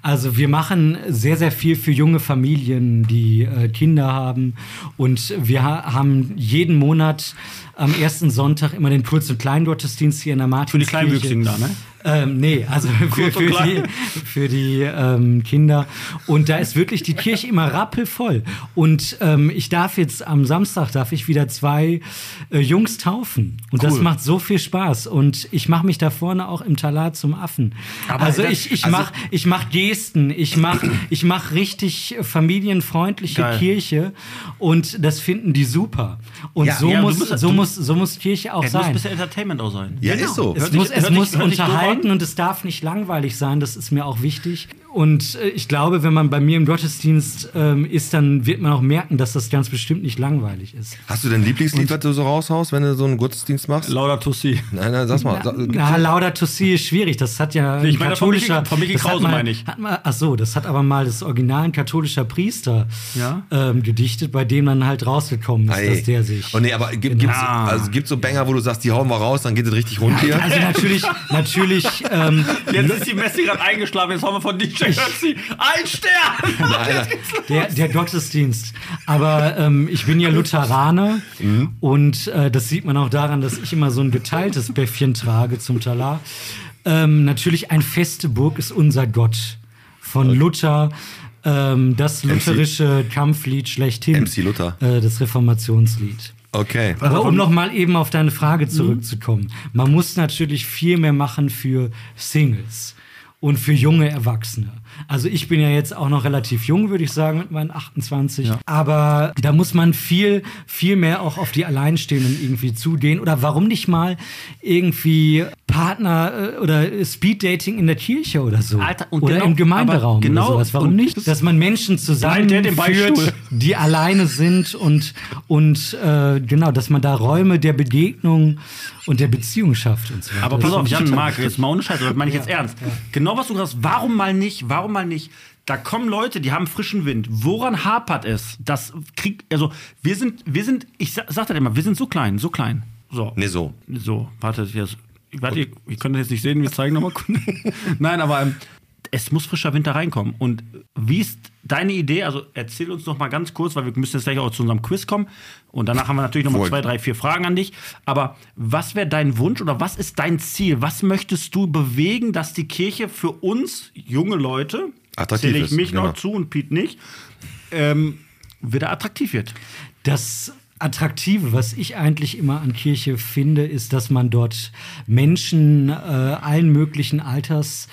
Also wir machen sehr, sehr viel für junge Familien, die äh, Kinder haben. Und wir ha haben jeden Monat am ersten Sonntag immer den kurzen Kleingottesdienst hier in der Für die Martinskirche. Kleinwüchsigen da, ne? Ähm, nee, also für, Kurz und für die, klein. für die ähm, Kinder. Und da ist wirklich die Kirche immer rappelvoll. Und ähm, ich darf jetzt am Samstag darf ich wieder zwei äh, Jungs taufen. Und das Cool. macht so viel Spaß. Und ich mache mich da vorne auch im Talar zum Affen. Aber also das- ich, ich also- mache ich mach Gesten, ich mache ich mach richtig familienfreundliche Geil. Kirche. Und das finden die super. Und Ja, so, ja, du muss, musst- so, du- muss, so muss Kirche auch Es muss ein sein. bisschen Entertainment auch sein. Ja, ist so. Es Hört sich- muss, hört es sich- muss hört sich doof unterhalten an. und es darf nicht langweilig sein, das ist mir auch wichtig. Und äh, ich glaube, wenn man bei mir im Gottesdienst ähm, ist, dann wird man auch merken, dass das ganz bestimmt nicht langweilig ist. Hast du dein Lieblingslied, was du so raushaust, wenn du so einen Gottesdienst machst? Lauter Tussi. Nein, nein, sag mal. sag- Na, Lauda to see ist schwierig, das hat ja Ich ein meine, von Mickey- katholischer... von Mickey das hat Krause mal- meine ich. Hat mal, ach so, das hat aber mal das Original ein katholischer Priester Ja. ähm, gedichtet, bei dem dann halt rausgekommen ist, Ei. dass der sich... Genau. Oh nee, aber gibt, gibt's, also gibt's so Banger, wo du sagst, die hauen wir raus, dann geht es richtig rund hier? also natürlich, natürlich... Ähm, Jetzt ist die Messi gerade eingeschlafen, jetzt haben wir von DJ Ötzi ein Stern! Der, der Gottesdienst. Aber ähm, ich bin ja Lutheraner und äh, das sieht man auch daran, dass ich immer so ein geteiltes Bäffchen trage zum Talar. Ähm, natürlich, ein feste Burg ist unser Gott von Luther. Ähm, das lutherische Kampflied schlechthin. MC Luther. Äh, das Reformationslied. Okay. Aber um nochmal eben auf deine Frage zurückzukommen, man muss natürlich viel mehr machen für Singles und für junge Erwachsene. Also ich bin ja jetzt auch noch relativ jung, würde ich sagen, mit meinen 28. Aber da muss man viel, viel mehr auch auf die Alleinstehenden irgendwie zugehen. Oder warum nicht mal irgendwie Partner äh, oder äh, Speeddating in der Kirche oder so. Alter, und oder genau, im Gemeinderaum aber genau, oder sowas. Warum und nicht? das- Dass man Menschen der den Beichtstuhl. zusammenführt, die alleine sind und, und äh, genau, dass man da Räume der Begegnung und der Beziehung schafft und so weiter. Aber Das pass auf, finde ich Jan, total- Marc, jetzt mal ohne Scheiße, das meine ich jetzt ernst. Genau was du gesagt hast, warum mal nicht, warum mal nicht? Da kommen Leute, die haben frischen Wind. Woran hapert es? Das kriegt, also wir sind, wir sind, ich sa- sag das immer, wir sind so klein, so klein. So. Nee, so. So, warte, jetzt. Warte, ihr, ihr könnt das jetzt nicht sehen, wir zeigen nochmal kurz. Nein, aber ähm, es muss frischer Winter reinkommen. Und wie ist deine Idee? Also erzähl uns noch mal ganz kurz, weil wir müssen jetzt gleich auch zu unserem Quiz kommen. Und danach haben wir natürlich noch mal Voll. zwei, drei, vier Fragen an dich. Aber was wäre dein Wunsch oder was ist dein Ziel? Was möchtest du bewegen, dass die Kirche für uns junge Leute, Attraktiv zähle ich ist, mich genau. noch zu und Pete nicht, ähm, wieder attraktiv wird? das Attraktive, was ich eigentlich immer an Kirche finde, ist, dass man dort Menschen äh, allen möglichen Alters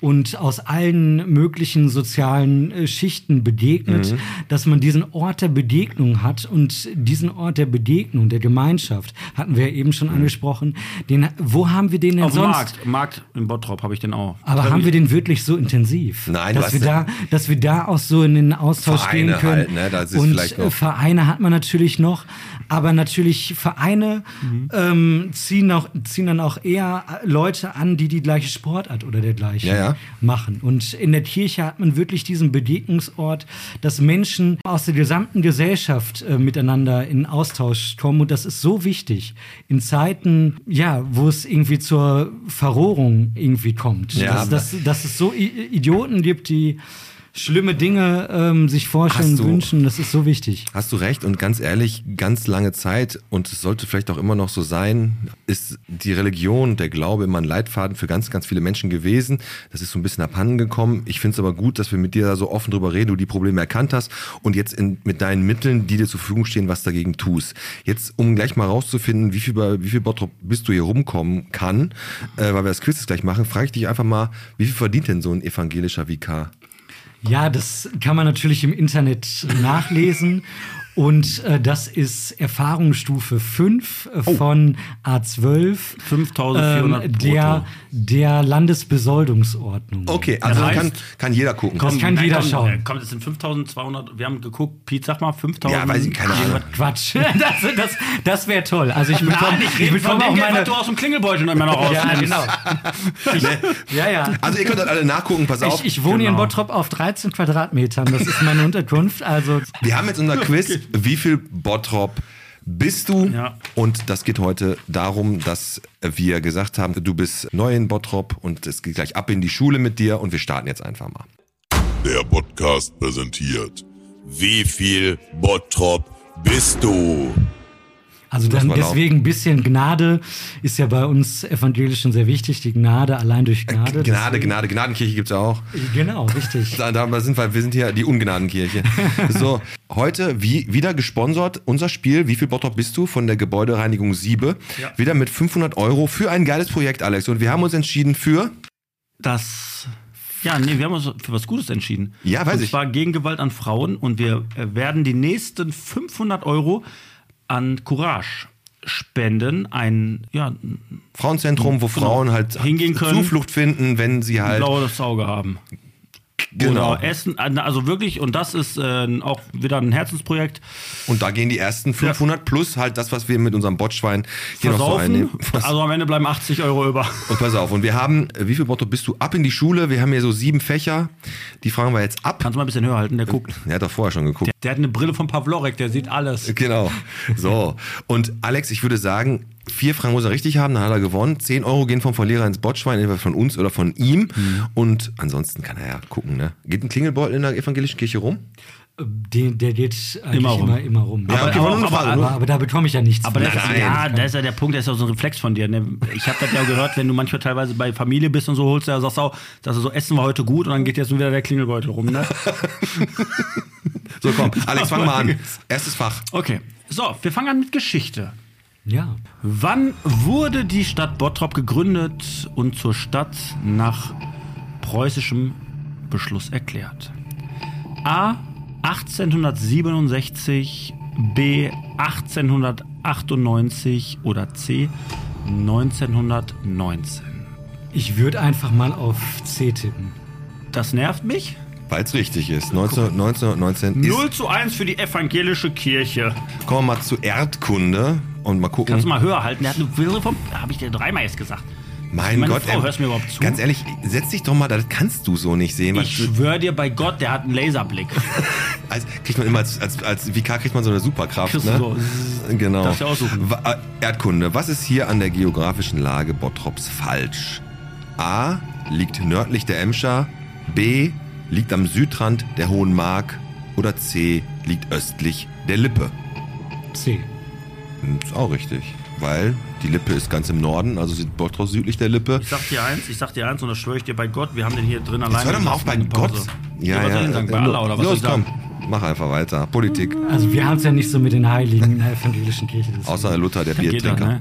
und aus allen möglichen sozialen äh, Schichten begegnet, Mhm. dass man diesen Ort der Begegnung hat und diesen Ort der Begegnung, der Gemeinschaft, hatten wir ja eben schon angesprochen, den, wo haben wir den denn Mhm. Auf dem sonst? Markt, Markt in Bottrop habe ich den auch. Aber haben wir den wirklich so intensiv? Nein, dass du wir hast- da, dass wir da auch so in den Austausch Vereine gehen können. halt, ne? Das ist und vielleicht noch- äh, Vereine hat man natürlich noch, aber natürlich Vereine Mhm. ähm, ziehen auch ziehen dann auch eher äh, Leute an, die die gleiche Sportart oder dergleichen Ja, ja. machen. Und in der Kirche hat man wirklich diesen Begegnungsort, dass Menschen aus der gesamten Gesellschaft äh, miteinander in Austausch kommen. Und das ist so wichtig in Zeiten, ja, wo es irgendwie zur Verrohrung irgendwie kommt. Ja, dass, dass, dass es so I Idioten gibt, die schlimme Dinge ähm, sich vorstellen, Hast du- wünschen. Das ist so wichtig. Hast du recht und ganz ehrlich, ganz lange Zeit und es sollte vielleicht auch immer noch so sein, ist die Religion, der Glaube immer ein Leitfaden für ganz, ganz viele Menschen gewesen. Das ist so ein bisschen abhanden gekommen. Ich finde es aber gut, dass wir mit dir da so offen drüber reden, du die Probleme erkannt hast und jetzt in, mit deinen Mitteln, die dir zur Verfügung stehen, was dagegen tust. Jetzt, um gleich mal rauszufinden, wie viel, bei, wie viel Bottrop bist du hier rumkommen kann, äh, weil wir das Quiz jetzt gleich machen, frage ich dich einfach mal, wie viel verdient denn so ein evangelischer Vikar? Ja, das kann man natürlich im Internet nachlesen. Und äh, das ist Erfahrungsstufe 5 äh, von A12. 5.400 ähm, der, brutto. der Landesbesoldungsordnung. Okay, also Das heißt- kann, kann jeder gucken. Das kann jeder komm, schauen. äh, Komm, das sind 5200. Wir haben geguckt, Pete, sag mal 5000. Ja, weiß ich, keine Ahnung. Quatsch. Das, das, das wäre toll. Also ich bekomme Nein, ich ich rede von bekomme dem auch Geld, meine. was du aus dem Klingelbeutel noch immer noch raus. Ja, genau. Ja, ja. Also ihr könnt das alle nachgucken, pass auf. Ich, ich wohne hier in Genau. Bottrop auf 13 Quadratmetern. Das ist meine Unterkunft. Also Wir haben jetzt unser Quiz, wie viel Bottrop bist du? Ja. Und das geht heute darum, dass wir gesagt haben, du bist neu in Bottrop und es geht gleich ab in die Schule mit dir und wir starten jetzt einfach mal. Der Podcast präsentiert. Wie viel Bottrop bist du? Also Lass dann mal laufen. deswegen ein bisschen Gnade ist ja bei uns Evangelischen sehr wichtig, die Gnade allein durch Äh, Gnade. Gnade, deswegen- Gnade, Gnadenkirche gibt's ja auch. Genau, richtig. Da, da sind wir, wir sind hier die Ungnadenkirche. So, heute wie, wieder gesponsert unser Spiel Wie viel Bottrop bist du von der Gebäudereinigung Siebe. Wieder mit 500 Euro für ein geiles Projekt, Alex. Und wir haben uns entschieden für... Das. Ja, nee, wir haben uns für was Gutes entschieden. Ja, weiß und ich. zwar gegen Gewalt an Frauen und wir äh, werden die nächsten 500 Euro an Courage spenden. Ein, ja, ein Frauenzentrum, wo Frauen halt Genau. Hingehen können. Zuflucht finden, wenn sie halt blaues Auge haben. Genau. Oder Essen, also wirklich, und das ist äh, auch wieder ein Herzensprojekt. Und da gehen die ersten 500 plus halt das, was wir mit unserem Botschwein hier noch so Versaufen, einnehmen. Was- also am Ende bleiben 80 Euro über. Und pass auf, und wir haben, äh, wie viel Botto bist du ab in die Schule? Wir haben hier so sieben Fächer, die fragen wir jetzt ab. Kannst du mal ein bisschen höher halten, der guckt. Er hat doch vorher schon geguckt. Der hat eine Brille von Pavlorek, der sieht alles. Genau. So. Und Alex, ich würde sagen, vier Fragen muss er richtig haben, dann hat er gewonnen. Zehn Euro gehen vom Verlierer ins Botschwein, entweder von uns oder von ihm. Mhm. Und ansonsten kann er ja gucken, ne? Geht ein Klingelbeutel in der evangelischen Kirche rum? Den, der geht eigentlich Immer immer rum. rum. Immer, rum. Ja, aber, okay, war nur eine aber, Frage, aber, ne? aber da bekomme ich ja nichts. Aber das von. ist, Nein. ja, das ist ja der Punkt, das ist ja so ein Reflex von dir. Ne? Ich habe das ja gehört, wenn du manchmal teilweise bei Familie bist und so holst, du ja sagst du auch, dass du so essen war heute gut und dann geht jetzt wieder der Klingelbeutel rum. Ne? So, komm. Alex, fang mal an. Erstes Fach. Okay, so, wir fangen an mit Geschichte. Ja. Wann wurde die Stadt Bottrop gegründet und zur Stadt nach preußischem Beschluss erklärt? A. 1867, B. 1898 oder C. 1919. Ich würde einfach mal auf C tippen. Das nervt mich. Weil es richtig ist. 19, 1919 ist. 0 zu 1 für die evangelische Kirche. Kommen wir mal zu Erdkunde und mal gucken. Kannst du mal höher halten? Der hat eine Wirre vom. Habe ich dir dreimal jetzt gesagt. mein meine Gott, Frau, hörst du mir überhaupt zu? ganz ehrlich, setz dich doch mal, das kannst du so nicht sehen. Ich schwöre dir bei Gott, der hat einen Laserblick. Als, kriegt man immer als, als, als VK kriegt man so eine Superkraft, Kriegst du ne? so. Genau. Darfst du aussuchen. Wa- äh, Erdkunde. Was ist hier an der geografischen Lage Bottrops falsch? A. Liegt nördlich der Emscher. B. Liegt am Südrand der Hohen Mark. Oder C. Liegt östlich der Lippe. C. Ist auch richtig. Weil die Lippe ist ganz im Norden, also sieht Bottrop südlich der Lippe. Ich sag dir eins, ich sag dir eins und das schwöre ich dir bei Gott, wir haben den hier drin alleine. Jetzt hör doch mal auf bei gelassen in der Gott. Pause. was soll ich denn sagen? Bei Allah oder was soll Äh, Los, ich sagen? Mhm. komm. Mach einfach weiter. Politik. Also wir haben es ja nicht so mit den Heiligen in der evangelischen Kirche. deswegen. Außer Luther, der Geht doch, Biertrinker. ne?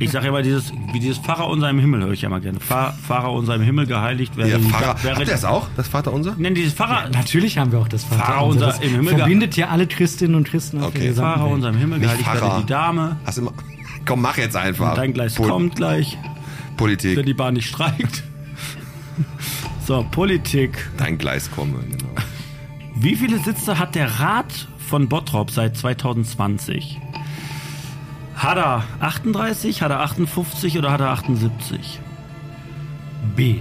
Ich sag ja immer dieses, wie dieses Pfarrer unser im Himmel höre ich ja immer gerne. Pfarr, Pfarrer unser im Himmel geheiligt Ja, werden. Pfarrer. Wer- Habt ihr das auch? Das Vaterunser? Nennen dieses Pfarrer, Natürlich haben wir auch das Pfarrer Vaterunser. Das unser im Himmel. verbindet ja alle Christinnen und Christen auf Okay. der gesamten Pfarrer Welt. unser im Himmel Nicht geheiligt Pfarrer. werden. Die Dame, Hast du immer. Komm, mach jetzt einfach. dein Gleis Pol- kommt gleich, wenn Politik. die Bahn nicht streikt. So, Politik. Dein Gleis komme, genau. Wie viele Sitze hat der Rat von Bottrop seit 2020? Hat er 38, hat er 58 oder hat er 78? B.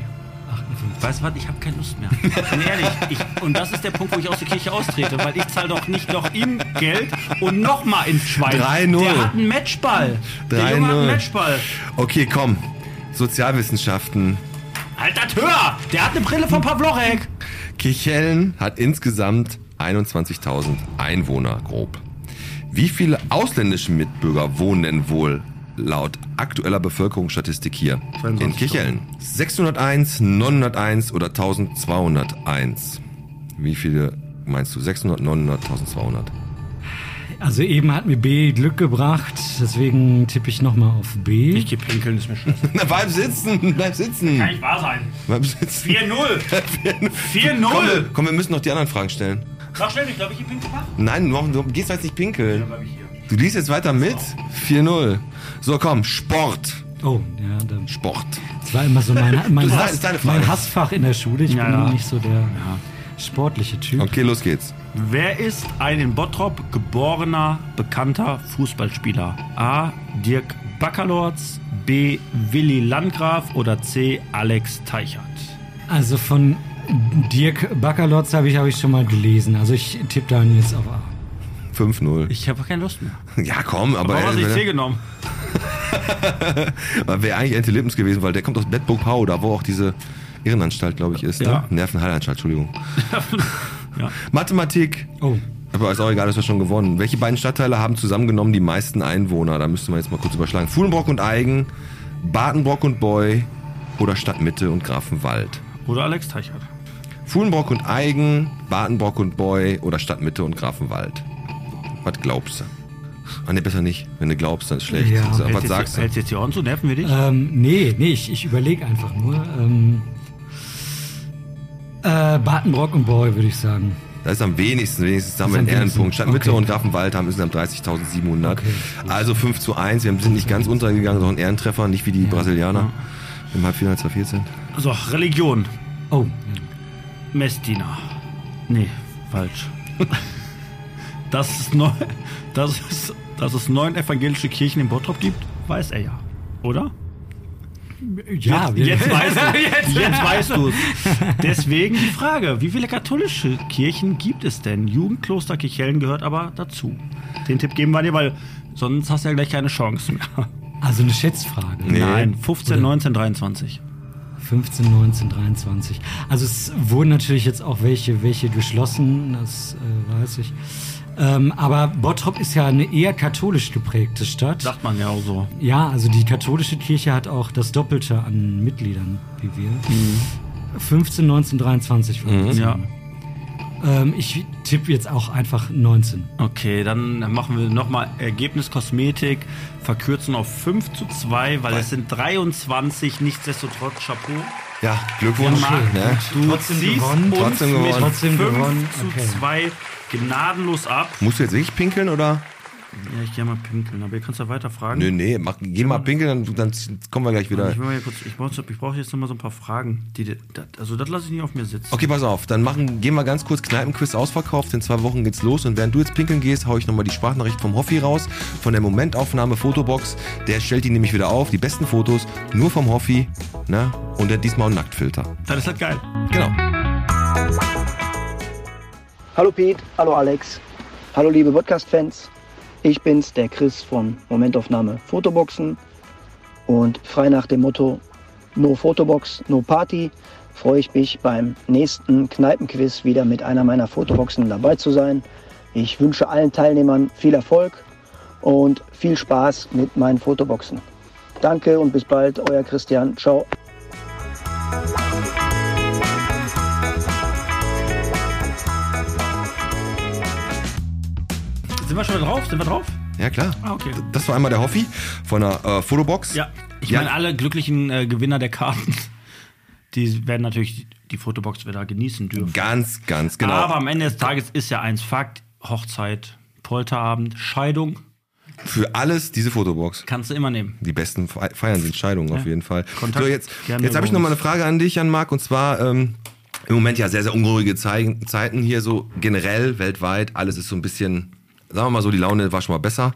Weißt du was, ich habe keine Lust mehr. Bin ehrlich. Ich, und das ist der Punkt, wo ich aus der Kirche austrete, weil ich zahle doch nicht noch ihm Geld und nochmal ins Schwein. 3-0. Der hat einen Matchball. Der Junge hat 3-0. einen Matchball. Okay, komm. Sozialwissenschaften. Halt das höher! Der hat eine Brille von Pavlorek. Kirchhellen hat insgesamt 21.000 Einwohner grob. Wie viele ausländische Mitbürger wohnen denn wohl laut aktueller Bevölkerungsstatistik hier? In Kirchhellen. 601, 901 oder 1201? Wie viele meinst du? 600, 900, 1200? Also eben hat mir B Glück gebracht, deswegen tippe ich nochmal auf B. Ich geh pinkeln, ist mir scheiße. Na, bleib sitzen, bleib sitzen. Kann nicht wahr sein. Bleib sitzen. 4-0. Komm, 4-0. wir- komm, wir müssen noch die anderen Fragen stellen. Mach schnell, ich glaube, ich pinkel wach. Nein, du, du gehst jetzt nicht pinkeln. Bleib ich hier. Du liest jetzt weiter mit? 4-0. So, komm, Sport. Oh, ja, dann- Sport. das war immer so mein, mein, Das ist Hass, deine Frage. mein Hassfach in der Schule. Ich Ja, bin ja. nicht so der sportliche Typ. Okay, los geht's. Wer ist ein in Bottrop geborener, bekannter Fußballspieler? A. Dirk Baccalords, B. Willi Landgraf oder C. Alex Teichert? Also von Dirk Baccalotz habe ich, habe ich schon mal gelesen. Also ich tippe dann jetzt auf A. 5-0. Ich habe keine Lust mehr. Ja, komm, aber Warum hast du äh, nicht C genommen? weil wäre eigentlich Ente Lippens gewesen, weil der kommt aus Bedburg Pau, da wo auch diese Irrenanstalt, glaube ich, ist. Ja. Ne? Nervenheilanstalt, Entschuldigung. Ja. Mathematik. Oh, Aber ist auch egal, das war schon gewonnen. Welche beiden Stadtteile haben zusammengenommen die meisten Einwohner? Da müssten wir jetzt mal kurz überschlagen. Fuhlenbrock und Eigen, Badenbrock und Boy oder Stadtmitte und Grafenwald. Oder Alex Teichert? Fuhlenbrock und Eigen, Badenbrock und Boy oder Stadtmitte und Grafenwald. Was glaubst du? Ah, ne, besser nicht. Wenn du glaubst, dann ist schlecht. Ja, So, was Hältst sagst jetzt, du? Hältst jetzt die Ohren zu? Nerven wir dich? ähm, nee, nee, ich, ich überlege einfach nur. Ähm, äh, Badenbrock und Boy, würde ich sagen. Das ist am wenigsten. Wenigstens haben wir einen Das ist am wenigsten. Ehrenpunkt. Stadtmitte Okay. und Grafenwald haben insgesamt 30.700. Okay, also 5 zu 1. Wir sind nicht ganz untergegangen, sondern Ehrentreffer. Nicht wie die Brasilianer im Halbfinale 2014. So, Religion. Oh, Messdiener. Nee, falsch. dass, es neun, dass, es, dass es neun evangelische Kirchen in Bottrop gibt, weiß er ja. Oder? ja. wir- Jetzt weißt du Jetzt, weißt du es. Deswegen die Frage, wie viele katholische Kirchen gibt es denn? Jugendkloster Kirchhellen gehört aber dazu. Den Tipp geben wir dir, weil sonst hast du ja gleich keine Chance mehr. Also eine Schätzfrage. Nein, 15, 19, 23. 15, 19, 23. Also es wurden natürlich jetzt auch welche, welche geschlossen, das äh, weiß ich. Ähm, aber Bottrop ist ja eine eher katholisch geprägte Stadt. Sagt man ja auch so. Ja, also die katholische Kirche hat auch das Doppelte an Mitgliedern wie wir. 15, 19, 23. war das. Ja. Ähm, ich tippe jetzt auch einfach 19. Okay, dann machen wir nochmal Ergebnis Kosmetik, verkürzen auf 5 zu 2, weil es sind 23, nichtsdestotrotz Chapeau. Ja, Glückwunsch. Marc, ne? Du Trotzdem ziehst gewonnen. uns Trotzdem gewonnen. mit Trotzdem 5 gewonnen, zu okay. 2 gnadenlos ab. Musst du jetzt wirklich pinkeln oder? Ja, ich gehe mal pinkeln, aber ihr könnt ja weiter fragen. Nö, nee, mach, geh mal pinkeln, dann, dann kommen wir gleich wieder. Ich, will mal hier kurz- ich brauche ich brauch jetzt noch mal so ein paar Fragen. Die, die, das, also das lasse ich nicht auf mir sitzen. Okay, pass auf, dann machen, gehen wir ganz kurz Kneipenquiz ausverkauft. In zwei Wochen geht's los und während du jetzt pinkeln gehst, hau ich nochmal die Sprachnachricht vom Hoffi raus, von der Momentaufnahme Fotobox. Der stellt die nämlich wieder auf, die besten Fotos, nur vom Hoffi, ne? Und der hat diesmal einen Nacktfilter. Das ist halt geil. Genau. Hallo Pete, hallo Alex, hallo liebe Podcast-Fans. Ich bin's, der Chris von Momentaufnahme Fotoboxen. Und frei nach dem Motto No Fotobox, No Party freue ich mich beim nächsten Kneipenquiz wieder mit einer meiner Fotoboxen dabei zu sein. Ich wünsche allen Teilnehmern viel Erfolg und viel Spaß mit meinen Fotoboxen. Danke und bis bald, euer Christian. Ciao. Sind wir schon drauf? Sind wir drauf? Ja, klar. Ah, okay. Das war einmal der Hoffi von der äh, Fotobox. Ja. Ich Ja. meine, alle glücklichen äh, Gewinner der Karten, die werden natürlich die Fotobox wieder genießen dürfen. Ganz, ganz genau. Aber am Ende des Tages ist ja eins Fakt: Hochzeit, Polterabend, Scheidung Für alles diese Fotobox. kannst du immer nehmen. Die besten Fe- Feiern sind Scheidungen auf jeden Fall. Kontakt so, jetzt gerne jetzt habe ich über noch mal eine uns. Frage an dich, an Marc, und zwar ähm, im Moment ja sehr, sehr unruhige Zei- Zeiten hier so generell, weltweit. Alles ist so ein bisschen, sagen wir mal so, die Laune war schon mal besser.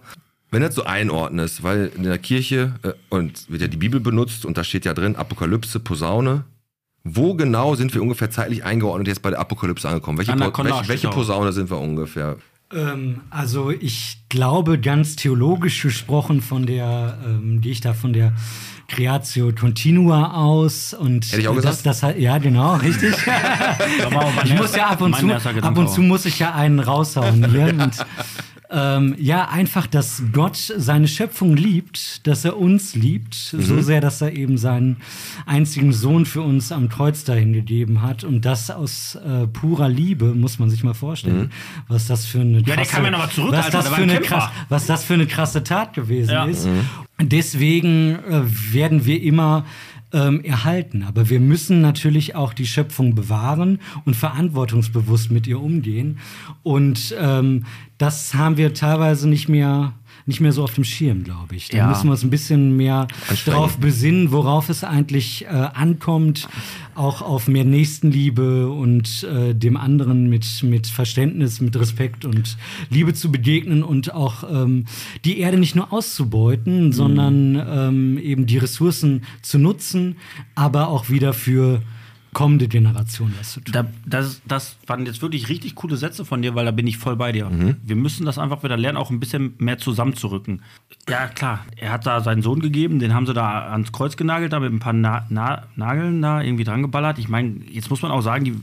Wenn du das so einordnest, weil in der Kirche äh, und wird ja die Bibel benutzt und da steht ja drin Apokalypse, Posaune. Wo genau sind wir ungefähr zeitlich eingeordnet jetzt bei der Apokalypse angekommen? Welche, po Anaconda welche, welche steht auch. Posaune sind wir ungefähr? Ähm, also ich glaube, ganz theologisch gesprochen von der, ähm, gehe ich da von der Creatio Continua aus und Hätte ich auch das, gesagt. das, halt- ja genau, richtig. ich muss ja ab und zu, ab und zu muss ich ja einen raushauen hier. Und, ähm, ja, einfach, dass Gott seine Schöpfung liebt, dass er uns liebt, Mhm. so sehr, dass er eben seinen einzigen Sohn für uns am Kreuz dahin gegeben hat. Und das aus äh, purer Liebe, muss man sich mal vorstellen, was das für eine der krasse, kam Mhm. ja noch mal zurück, was, Alter, das der war für ein eine Kämpfer. krass, was das für eine krasse Tat gewesen Ja. ist. Deswegen äh, werden wir immer ähm, erhalten. Aber wir müssen natürlich auch die Schöpfung bewahren und verantwortungsbewusst mit ihr umgehen. Und ähm, das haben wir teilweise nicht mehr nicht mehr so auf dem Schirm, glaube ich. Da Ja. müssen wir uns ein bisschen mehr Anstrengen. drauf besinnen, worauf es eigentlich äh, ankommt, auch auf mehr Nächstenliebe und äh, dem anderen mit, mit Verständnis, mit Respekt und Liebe zu begegnen und auch ähm, die Erde nicht nur auszubeuten, sondern ähm, eben die Ressourcen zu nutzen, aber auch wieder für kommende Generationen was zu tun. Da, das, das waren jetzt wirklich richtig coole Sätze von dir, weil da bin ich voll bei dir. Wir müssen das einfach wieder lernen, auch ein bisschen mehr zusammenzurücken. Ja, klar, er hat da seinen Sohn gegeben, den haben sie da ans Kreuz genagelt, da mit ein paar Na Na Nageln da irgendwie dran geballert. Ich meine, jetzt muss man auch sagen, die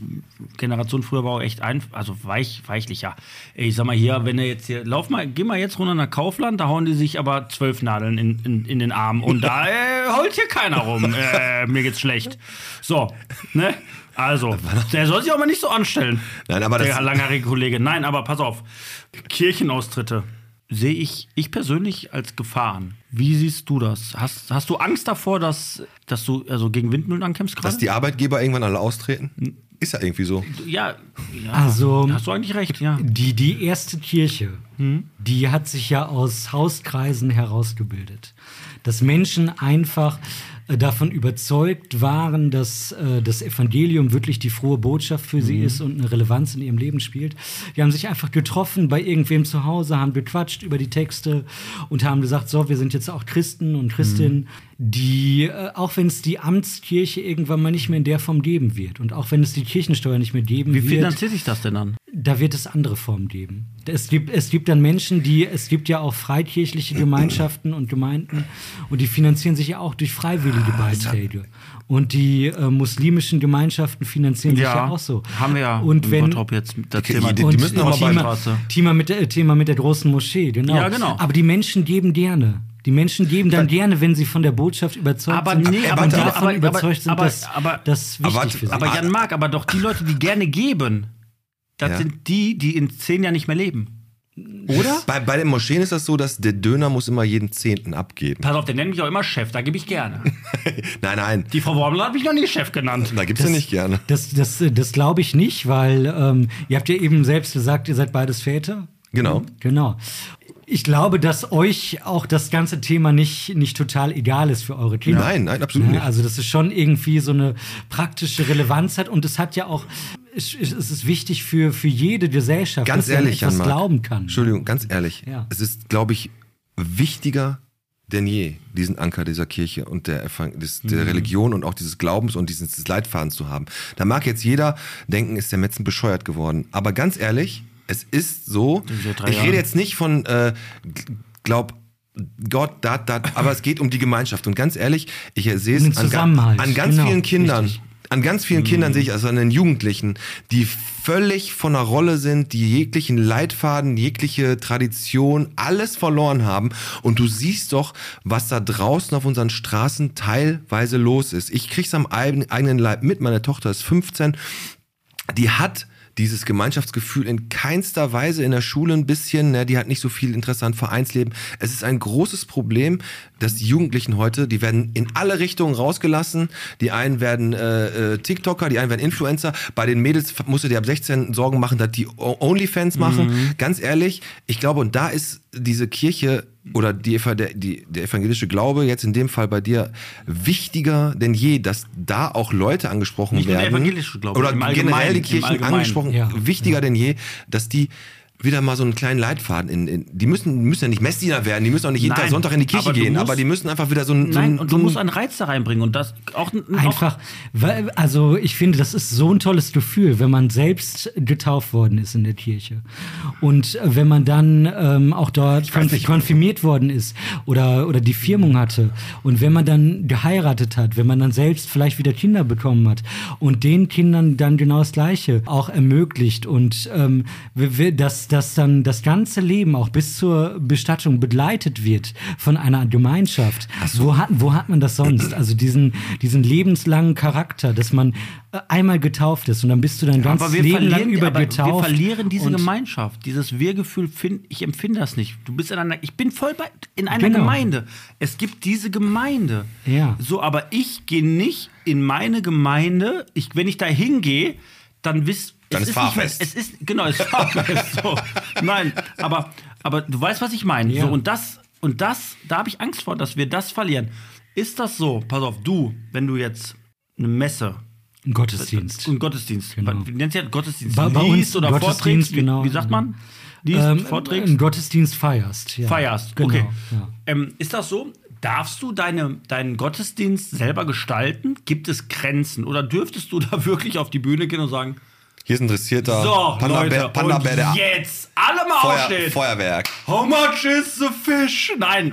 Generation früher war auch echt ein, also weich, weichlicher. Ey, Ich sag mal hier, wenn er jetzt hier, lauf mal, geh mal jetzt runter nach Kaufland, da hauen die sich aber zwölf Nadeln in, in, in den Arm und da äh, heult hier keiner rum. Äh, mir geht's schlecht. So, ne? Also, der soll sich auch mal nicht so anstellen. Nein, aber das- der langhaarige Kollege. Nein, aber pass auf. Kirchenaustritte sehe ich, ich persönlich als Gefahren. Wie siehst du das? Hast, hast du Angst davor, dass, dass du also gegen Windmühlen ankämpfst Dass gerade? die Arbeitgeber irgendwann alle Hm. austreten? Ist ja irgendwie so. Ja, ja. Also- hast du eigentlich recht, ja. Hm? Die, die erste Kirche, die hat sich ja aus Hauskreisen herausgebildet. Dass Menschen einfach äh, davon überzeugt waren, dass äh, das Evangelium wirklich die frohe Botschaft für Hm. sie ist und eine Relevanz in ihrem Leben spielt. Die haben sich einfach getroffen bei irgendwem zu Hause, haben gequatscht über die Texte und haben gesagt, so, wir sind jetzt auch Christen und Hm. Christinnen, die, äh, auch wenn es die Amtskirche irgendwann mal nicht mehr in der Form geben wird und auch wenn es die Kirchensteuer nicht mehr geben Wie wird finanziert sich das denn dann? da wird es andere Formen geben. Es gibt, es gibt dann Menschen, die, es gibt ja auch freikirchliche Gemeinschaften und Gemeinden und die finanzieren sich ja auch durch freiwillige Ah, Beiträge. Und die äh, muslimischen Gemeinschaften finanzieren sich ja auch so. Haben wir ja Und im wenn, Bottrop jetzt das Okay, Thema. die- die und müssen noch mal bei- Thema, Thema, mit, der- Thema mit der großen Moschee, genau. Ja, genau. Aber die Menschen geben gerne. Die Menschen geben dann gerne, wenn sie von der Botschaft überzeugt Aber sind. nee, und aber- davon aber- aber- überzeugt sind, aber- dass aber- das wichtig aber- für sie aber ist. Jan mag, aber doch die Leute, die gerne geben, das Ja. sind die, die in zehn Jahren nicht mehr leben. Oder? Bei, bei den Moscheen ist das so, dass der Döner muss immer jeden Zehnten abgeben. Pass auf, der nennt mich auch immer Chef, da gebe ich gerne. Nein, nein, Die Frau Wormler hat mich noch nie Chef genannt. da gibt's ja Das- nicht gerne. Das, das, das glaube ich nicht, weil ähm, ihr habt ja eben selbst gesagt, ihr seid beides Väter. Genau. Genau. Ich glaube, dass euch auch das ganze Thema nicht, nicht total egal ist für eure Kinder. Nein, nein, absolut Ja, nicht. Also, das ist schon irgendwie so eine praktische Relevanz hat und es hat ja auch, es es ist wichtig für, für jede Gesellschaft, Ganz dass man ehrlich, etwas Jan-Marc. glauben kann. ne? Entschuldigung, ganz ehrlich. Ja. Es ist, glaube ich, wichtiger denn je, diesen Anker dieser Kirche und der, Evang- des, Mhm. der Religion und auch dieses Glaubens und dieses des Leitfadens zu haben. Da mag jetzt jeder denken, ist der Metzen bescheuert geworden. Aber ganz ehrlich, es ist so. seit drei Ich Jahren. rede jetzt nicht von, äh, g- glaub, Gott, dat, dat, aber es geht um die Gemeinschaft. Und ganz ehrlich, ich sehe Um den es an, ga- Zusammenhalt. an ganz Genau, vielen Kindern. richtig. An ganz vielen Kindern sehe ich, also an den Jugendlichen, die völlig von der Rolle sind, die jeglichen Leitfaden, jegliche Tradition, alles verloren haben. Und du siehst doch, was da draußen auf unseren Straßen teilweise los ist. Ich krieg's am eigen- eigenen Leib mit. Meine Tochter ist 15 die hat dieses Gemeinschaftsgefühl in keinster Weise in der Schule ein bisschen, ne, die hat nicht so viel Interesse an Vereinsleben. Es ist ein großes Problem, dass die Jugendlichen heute, die werden in alle Richtungen rausgelassen. Die einen werden äh, äh, TikToker, die einen werden Influencer. Bei den Mädels f- musst du dir ab 16 Sorgen machen, dass die O- Onlyfans machen. Ganz ehrlich, ich glaube, und da ist diese Kirche oder die, Eva- der, die, der evangelische Glaube jetzt in dem Fall bei dir wichtiger denn je, dass da auch Leute angesprochen Nicht nur werden. der evangelische Glaube, oder im generell Allgemeinen, die im Kirchen Allgemeinen. angesprochen, Ja. wichtiger denn je, dass die wieder mal so einen kleinen Leitfaden in, in die müssen müssen ja nicht Messdiener werden, die müssen auch nicht jeden Nein, Tag Sonntag in die Kirche aber du gehen, musst- aber die müssen einfach wieder so einen so Nein, einen- und du so musst einen- einen Reiz da reinbringen und das auch auch- Einfach, weil, also ich finde, das ist so ein tolles Gefühl, wenn man selbst getauft worden ist in der Kirche. Und äh, wenn man dann ähm, auch dort konf konfirmiert worden ist oder, oder die Firmung hatte. Und wenn man dann geheiratet hat, wenn man dann selbst vielleicht wieder Kinder bekommen hat und den Kindern dann genau das Gleiche auch ermöglicht und ähm, w- w- dass, dass dann das ganze Leben auch bis zur Bestattung begleitet wird von einer Gemeinschaft. Wo, hat, wo hat man das sonst? Also diesen, diesen lebenslangen Charakter, dass man äh, einmal getauft ist und dann bist du dein ganzes aber wir Leben lang verlieren, über aber wir getauft. verlieren diese und- Gemeinschaft, dieses Wir-Gefühl. find- Ich empfinde das nicht. Du bist in einer, ich bin voll bei, in einer Genau. Gemeinde. Es gibt diese Gemeinde. Ja. So, aber ich gehe nicht in meine Gemeinde. Ich, wenn ich da hingehe, dann wisst Dann ist nicht mehr- Fahrfest. Es ist genau, es ist Fahrfest. so. Nein, aber aber du weißt, was ich meine. Ja. So und das und das, da habe ich Angst vor, dass wir das verlieren. Ist das so? Pass auf, du, wenn du jetzt eine Messe Ein Gottesdienst. und Gottesdienst. Genau. Wie nennt sich das? Gottesdienst? Bei- bei uns Liest oder Gottesdienst, Vorträgst? Wie- genau. Wie sagt man? Liest, Ähm, Vorträgst, Einen Gottesdienst feierst. Ja. feierst. Genau. okay. Ja. Ähm, ist das so? Darfst du deine, deinen Gottesdienst selber gestalten? Gibt es Grenzen? Oder dürftest du da wirklich auf die Bühne gehen und sagen, hier ist ein dressierter so, Panda, Leute, Panda und jetzt alle mal Feuer, aufstehen. Feuerwerk. How much is the fish? Nein,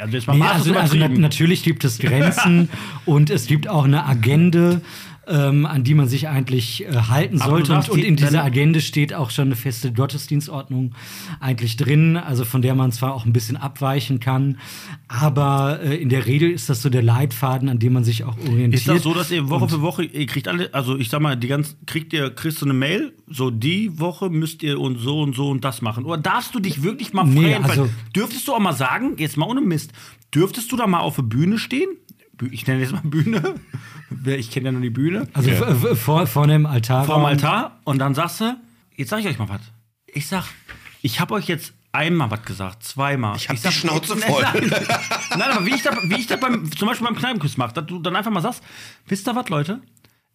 also jetzt mal Nee, Maß also, also nat übertrieben. natürlich gibt es Grenzen und es gibt auch eine Agenda, ähm, an die man sich eigentlich äh, halten Aber du sollte. Und, darfst und die- in dieser deine- Agenda steht auch schon eine feste Gottesdienstordnung eigentlich drin, also von der man zwar auch ein bisschen abweichen kann, aber äh, in der Regel ist das so der Leitfaden, an dem man sich auch orientiert. Ist das so, dass ihr Woche für Woche, ihr kriegt alle, also ich sag mal, die ganz, kriegt ihr, kriegst du eine Mail, so die Woche müsst ihr und so und so und das machen? Oder darfst du dich wirklich mal frei Nee, entfalten? also- Dürftest du auch mal sagen, jetzt mal ohne Mist, dürftest du da mal auf der Bühne stehen? Bü- Ich nenne jetzt mal Bühne. Wer- Ich kenne ja nur die Bühne. also v- v- vor, vor dem Altar. Vorm Altar und dann sagst du, jetzt sag ich euch mal was. Ich sag, ich habe euch jetzt einmal was gesagt, zweimal. Ich hab sag, die Schnauze nein, voll. Nein, nein, aber wie ich das, wie ich das beim, zum Beispiel beim Kneipenkuss mache, dass du dann einfach mal sagst, wisst ihr was, Leute?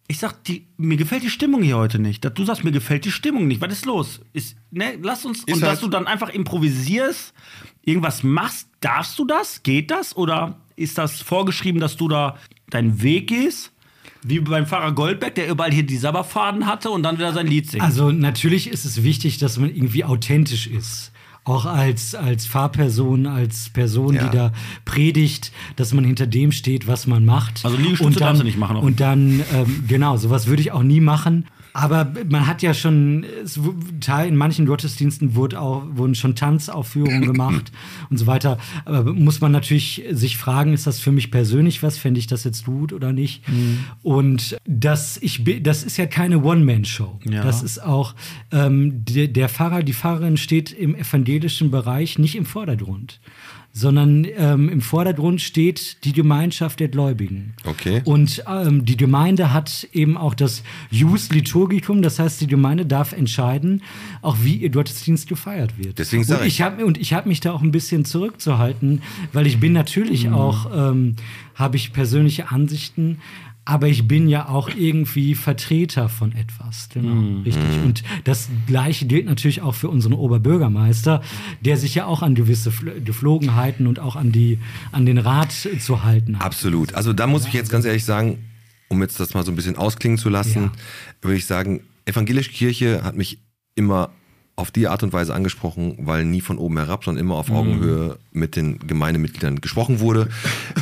Ich sag, die, mir gefällt die Stimmung hier heute nicht. Dass du sagst, mir gefällt die Stimmung nicht. Was ist los? Ist, ne, lass uns. und halt- dass du dann einfach improvisierst, irgendwas machst. Darfst du das? Geht das? Oder ist das vorgeschrieben, dass du da deinen Weg gehst? Wie beim Pfarrer Goldberg, der überall hier die Sabberfaden hatte und dann wieder sein Lied singt. Also natürlich ist es wichtig, dass man irgendwie authentisch ist. Auch als, als Fahrperson, als Person, Ja. die da predigt, dass man hinter dem steht, was man macht. Also Liegestütze Und dann- darfst du nicht machen. Und dann, ähm, genau, sowas würde ich auch nie machen. Aber man hat ja schon, es, wu- Teil in manchen Gottesdiensten wurde auch, wurden schon Tanzaufführungen gemacht und so weiter. Aber muss man natürlich sich fragen, ist das für mich persönlich was? Fände ich das jetzt gut oder nicht? Und das, ich, bi- das ist ja keine One-Man-Show. Ja. Das ist auch, ähm, der, der Pfarrer, die Pfarrerin steht im evangelischen Bereich nicht im Vordergrund, sondern ähm, im Vordergrund steht die Gemeinschaft der Gläubigen. Okay. Und ähm, die Gemeinde hat eben auch das Jus Liturgiae Liturgikum, das heißt, die Gemeinde darf entscheiden, auch wie ihr Gottesdienst gefeiert wird. Deswegen sag und ich. ich hab, und ich habe mich da auch ein bisschen zurückzuhalten, weil ich bin natürlich Mhm. auch, ähm, habe ich persönliche Ansichten, aber ich bin ja auch irgendwie Vertreter von etwas. Genau, Mhm. richtig. Und das Gleiche gilt natürlich auch für unseren Oberbürgermeister, der sich ja auch an gewisse Fl- Geflogenheiten und auch an, die, an den Rat zu halten hat. Absolut. Also da muss ich jetzt ganz ehrlich sagen, um jetzt das mal so ein bisschen ausklingen zu lassen, würde ich sagen, evangelische Kirche hat mich immer auf die Art und Weise angesprochen, weil nie von oben herab, sondern immer Mhm. auf Augenhöhe mit den Gemeindemitgliedern gesprochen wurde.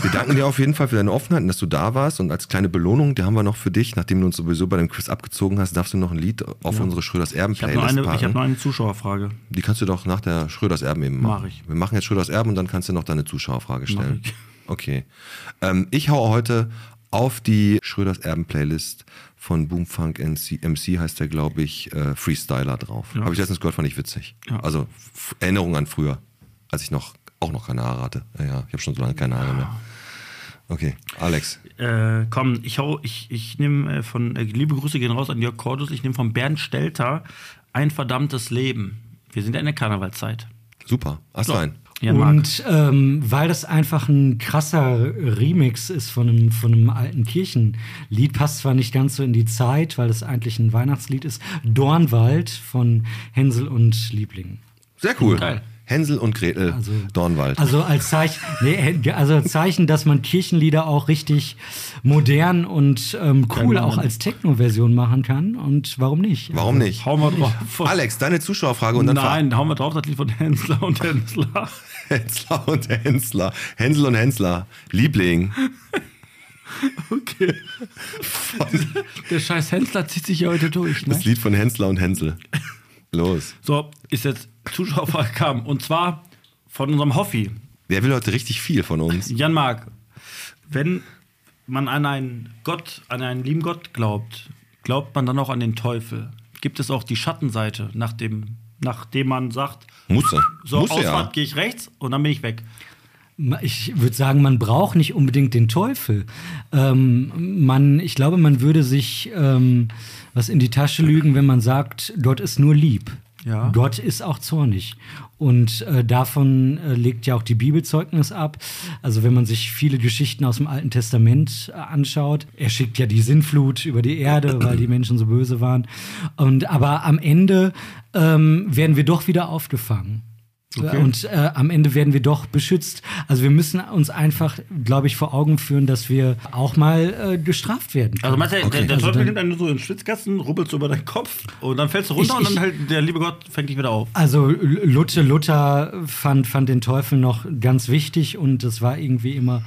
Wir danken dir auf jeden Fall für deine Offenheit und dass du da warst und als kleine Belohnung, die haben wir noch für dich, nachdem du uns sowieso bei dem Quiz abgezogen hast, darfst du noch ein Lied auf unsere Schröders Erben Ich habe noch, Playlist eine- ich hab packen. noch eine Zuschauerfrage. Die kannst du doch nach der Schröders Erben eben machen. Mach ich. Wir machen jetzt Schröders Erben und dann kannst du noch deine Zuschauerfrage stellen. ich. Okay. Ähm, ich hau heute auf die Schröders Erben Playlist von Boomfunk MC, MC heißt der, glaube ich, äh, Freestyler drauf. Habe ich letztens gehört, fand ich witzig. Ja. Also F- Erinnerung an früher, als ich noch auch noch keine Haare hatte. Ja, Ja, ich habe schon so lange keine Haare mehr. Okay, Alex. Äh, komm, ich hau, ich, ich nehme äh, von, äh, liebe Grüße gehen raus an Jörg Cordus, ich nehme von Bernd Stelter ein verdammtes Leben. Wir sind ja in der Karnevalszeit. Super. Ast rein. Jan Mark. Und ähm, weil das einfach ein krasser Remix ist von einem, von einem alten Kirchenlied, passt zwar nicht ganz so in die Zeit, weil das eigentlich ein Weihnachtslied ist, Dornwald von Hänsel und Liebling. Sehr cool. Geil. Hänsel und Gretel, Dornwald. Also als Zeichen, nee, also als Zeichen, dass man Kirchenlieder auch richtig modern und ähm, cool Dann- auch als Techno-Version machen kann. Und warum nicht? Warum nicht? Hauen wir drauf. Alex, deine Zuschauerfrage und dann ver- Nein, hauen wir drauf, das Lied von Hensler und Hensler. Hensler und Hensler. Hänsel und Hensler. Liebling. Okay. Der scheiß Hensler zieht sich ja heute durch. Ne? Das Lied von Hensler und Hänsel. Los. So, ist jetzt Zuschauerfrage kam. Und zwar von unserem Hoffi, Der will heute richtig viel von uns. Jan Mark. Wenn man an einen Gott, an einen lieben Gott glaubt, glaubt man dann auch an den Teufel. Gibt es auch die Schattenseite, nachdem, nachdem man sagt, Muss er. so Muss er Ausfahrt ja. gehe ich rechts und dann bin ich weg. Ich würde sagen, man braucht nicht unbedingt den Teufel. Ähm, man, ich glaube, man würde sich ähm, was in die Tasche lügen, wenn man sagt, Gott ist nur lieb. Ja. Gott ist auch zornig. Und äh, davon äh, legt ja auch die Bibel Zeugnis ab. Also wenn man sich viele Geschichten aus dem Alten Testament äh, anschaut, er schickt ja die Sinnflut über die Erde, weil die Menschen so böse waren. Und aber am Ende ähm, werden wir doch wieder aufgefangen. Und äh, am Ende werden wir doch beschützt. Also wir müssen uns einfach, glaube ich, vor Augen führen, dass wir auch mal äh, gestraft werden. Also können. meinst du, der, der Also Teufel dann- nimmt einen so in den Schwitzkasten, rubbelt so über deinen Kopf und dann fällst du runter Ich- und ich- dann halt der liebe Gott fängt dich wieder auf. Also L- Luther, Luther fand, fand den Teufel noch ganz wichtig und das war irgendwie immer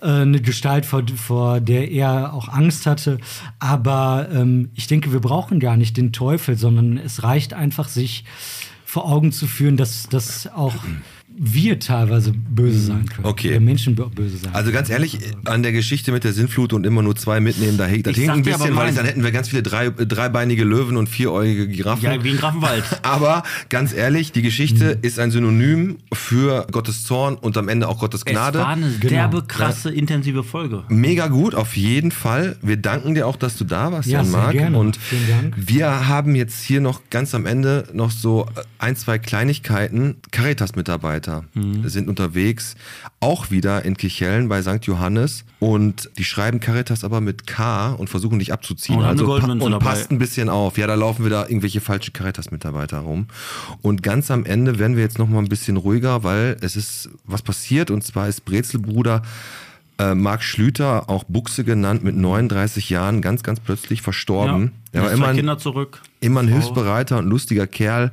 äh, eine Gestalt, vor, vor der er auch Angst hatte. Aber ähm, ich denke, wir brauchen gar nicht den Teufel, sondern es reicht einfach, sich vor Augen zu führen, dass, dass auch wir teilweise böse sein können. Okay. Oder Menschen bö- böse sein. Also ganz ehrlich, an der Geschichte mit der Sinnflut und immer nur zwei mitnehmen, da hängt das Ich hängt sag ein dir aber bisschen, weil mein- dann hätten wir ganz viele drei, dreibeinige Löwen und vieräugige Giraffen. Ja, wie ein Grafenwald. Aber ganz ehrlich, die Geschichte ist ein Synonym für Gottes Zorn und am Ende auch Gottes Gnade. Es war eine Genau. derbe, krasse, intensive Folge. Mega gut, auf jeden Fall. Wir danken dir auch, dass du da warst, Ja, Jan sehr Marc. gerne. Und Vielen Dank. wir haben jetzt hier noch ganz am Ende noch so ein, zwei Kleinigkeiten. Caritas-Mitarbeiter sind unterwegs, auch wieder in Kichellen bei St. Johannes. Und die schreiben Caritas aber mit K und versuchen dich abzuziehen. Oh, da haben also wir pa Goldmünze und dabei. passt ein bisschen auf. Ja, da laufen wieder irgendwelche falsche Caritas-Mitarbeiter rum. Und ganz am Ende werden wir jetzt noch mal ein bisschen ruhiger, weil es ist was passiert. Und zwar ist Brezelbruder äh, Marc Schlüter, auch Buchse genannt, mit 39 Jahren ganz, ganz plötzlich verstorben. Ja. Er war Lässt immer zwei ein, Kinder zurück. immer ein hilfsbereiter und lustiger Kerl.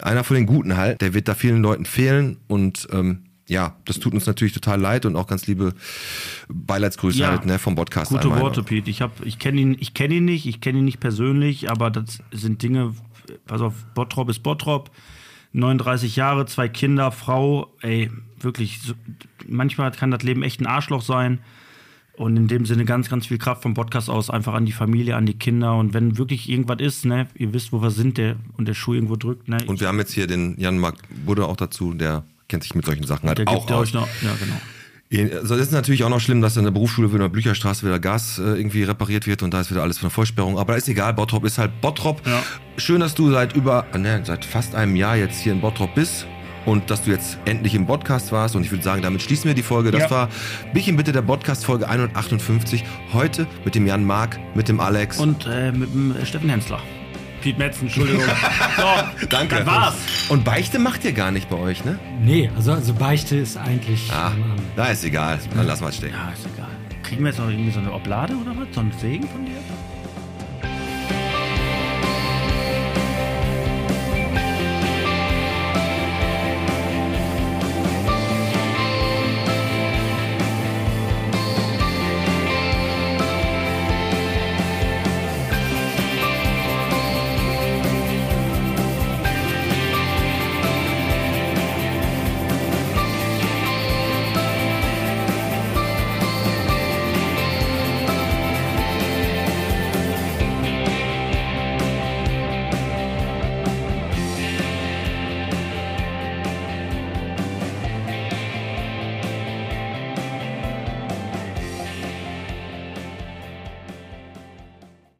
Einer von den Guten halt. Der wird da vielen Leuten fehlen und ähm, ja, das tut uns natürlich total leid und auch ganz liebe Beileidsgrüße Ja. halt ne, vom Podcast. Gute einmal. Worte, Pete. Ich, hab- ich kenne ihn, ich kenn ihn nicht, ich kenne ihn nicht persönlich, aber das sind Dinge, pass auf, Bottrop ist Bottrop, 39 Jahre, zwei Kinder, Frau, ey, wirklich, so, manchmal kann das Leben echt ein Arschloch sein. Und in dem Sinne ganz, ganz viel Kraft vom Podcast aus, einfach an die Familie, an die Kinder. Und wenn wirklich irgendwas ist, ne, ihr wisst, wo wir sind, der und der Schuh irgendwo drückt, ne, Und wir haben jetzt hier den Jan-Marc Budde auch dazu, der kennt sich mit solchen Sachen halt der auch gibt ja aus. euch noch. Ja, genau. Also es ist natürlich auch noch schlimm, dass in der Berufsschule wieder Blücherstraße wieder Gas äh, irgendwie repariert wird und da ist wieder alles von der Vollsperrung. Aber ist egal, Bottrop ist halt Bottrop. Ja. Schön, dass du seit über, ah, ne, seit fast einem Jahr jetzt hier in Bottrop bist und dass du jetzt endlich im Podcast warst. Und ich würde sagen, damit schließen wir die Folge. Das Ja. war Bichin bitte der Podcast Folge 158. Heute mit dem Jan Mark, mit dem Alex. Und äh, mit dem äh, Steffen Hensler. Piet Metzen, Entschuldigung. so, Danke. Das war's. Und Beichte macht ihr gar nicht bei euch, ne? Nee, also, also Beichte ist eigentlich. Ah, ähm, na ist egal. Dann lassen wir es stehen. Ja, ist egal. Kriegen wir jetzt noch irgendwie so eine Oblade oder was? So einen Segen von dir?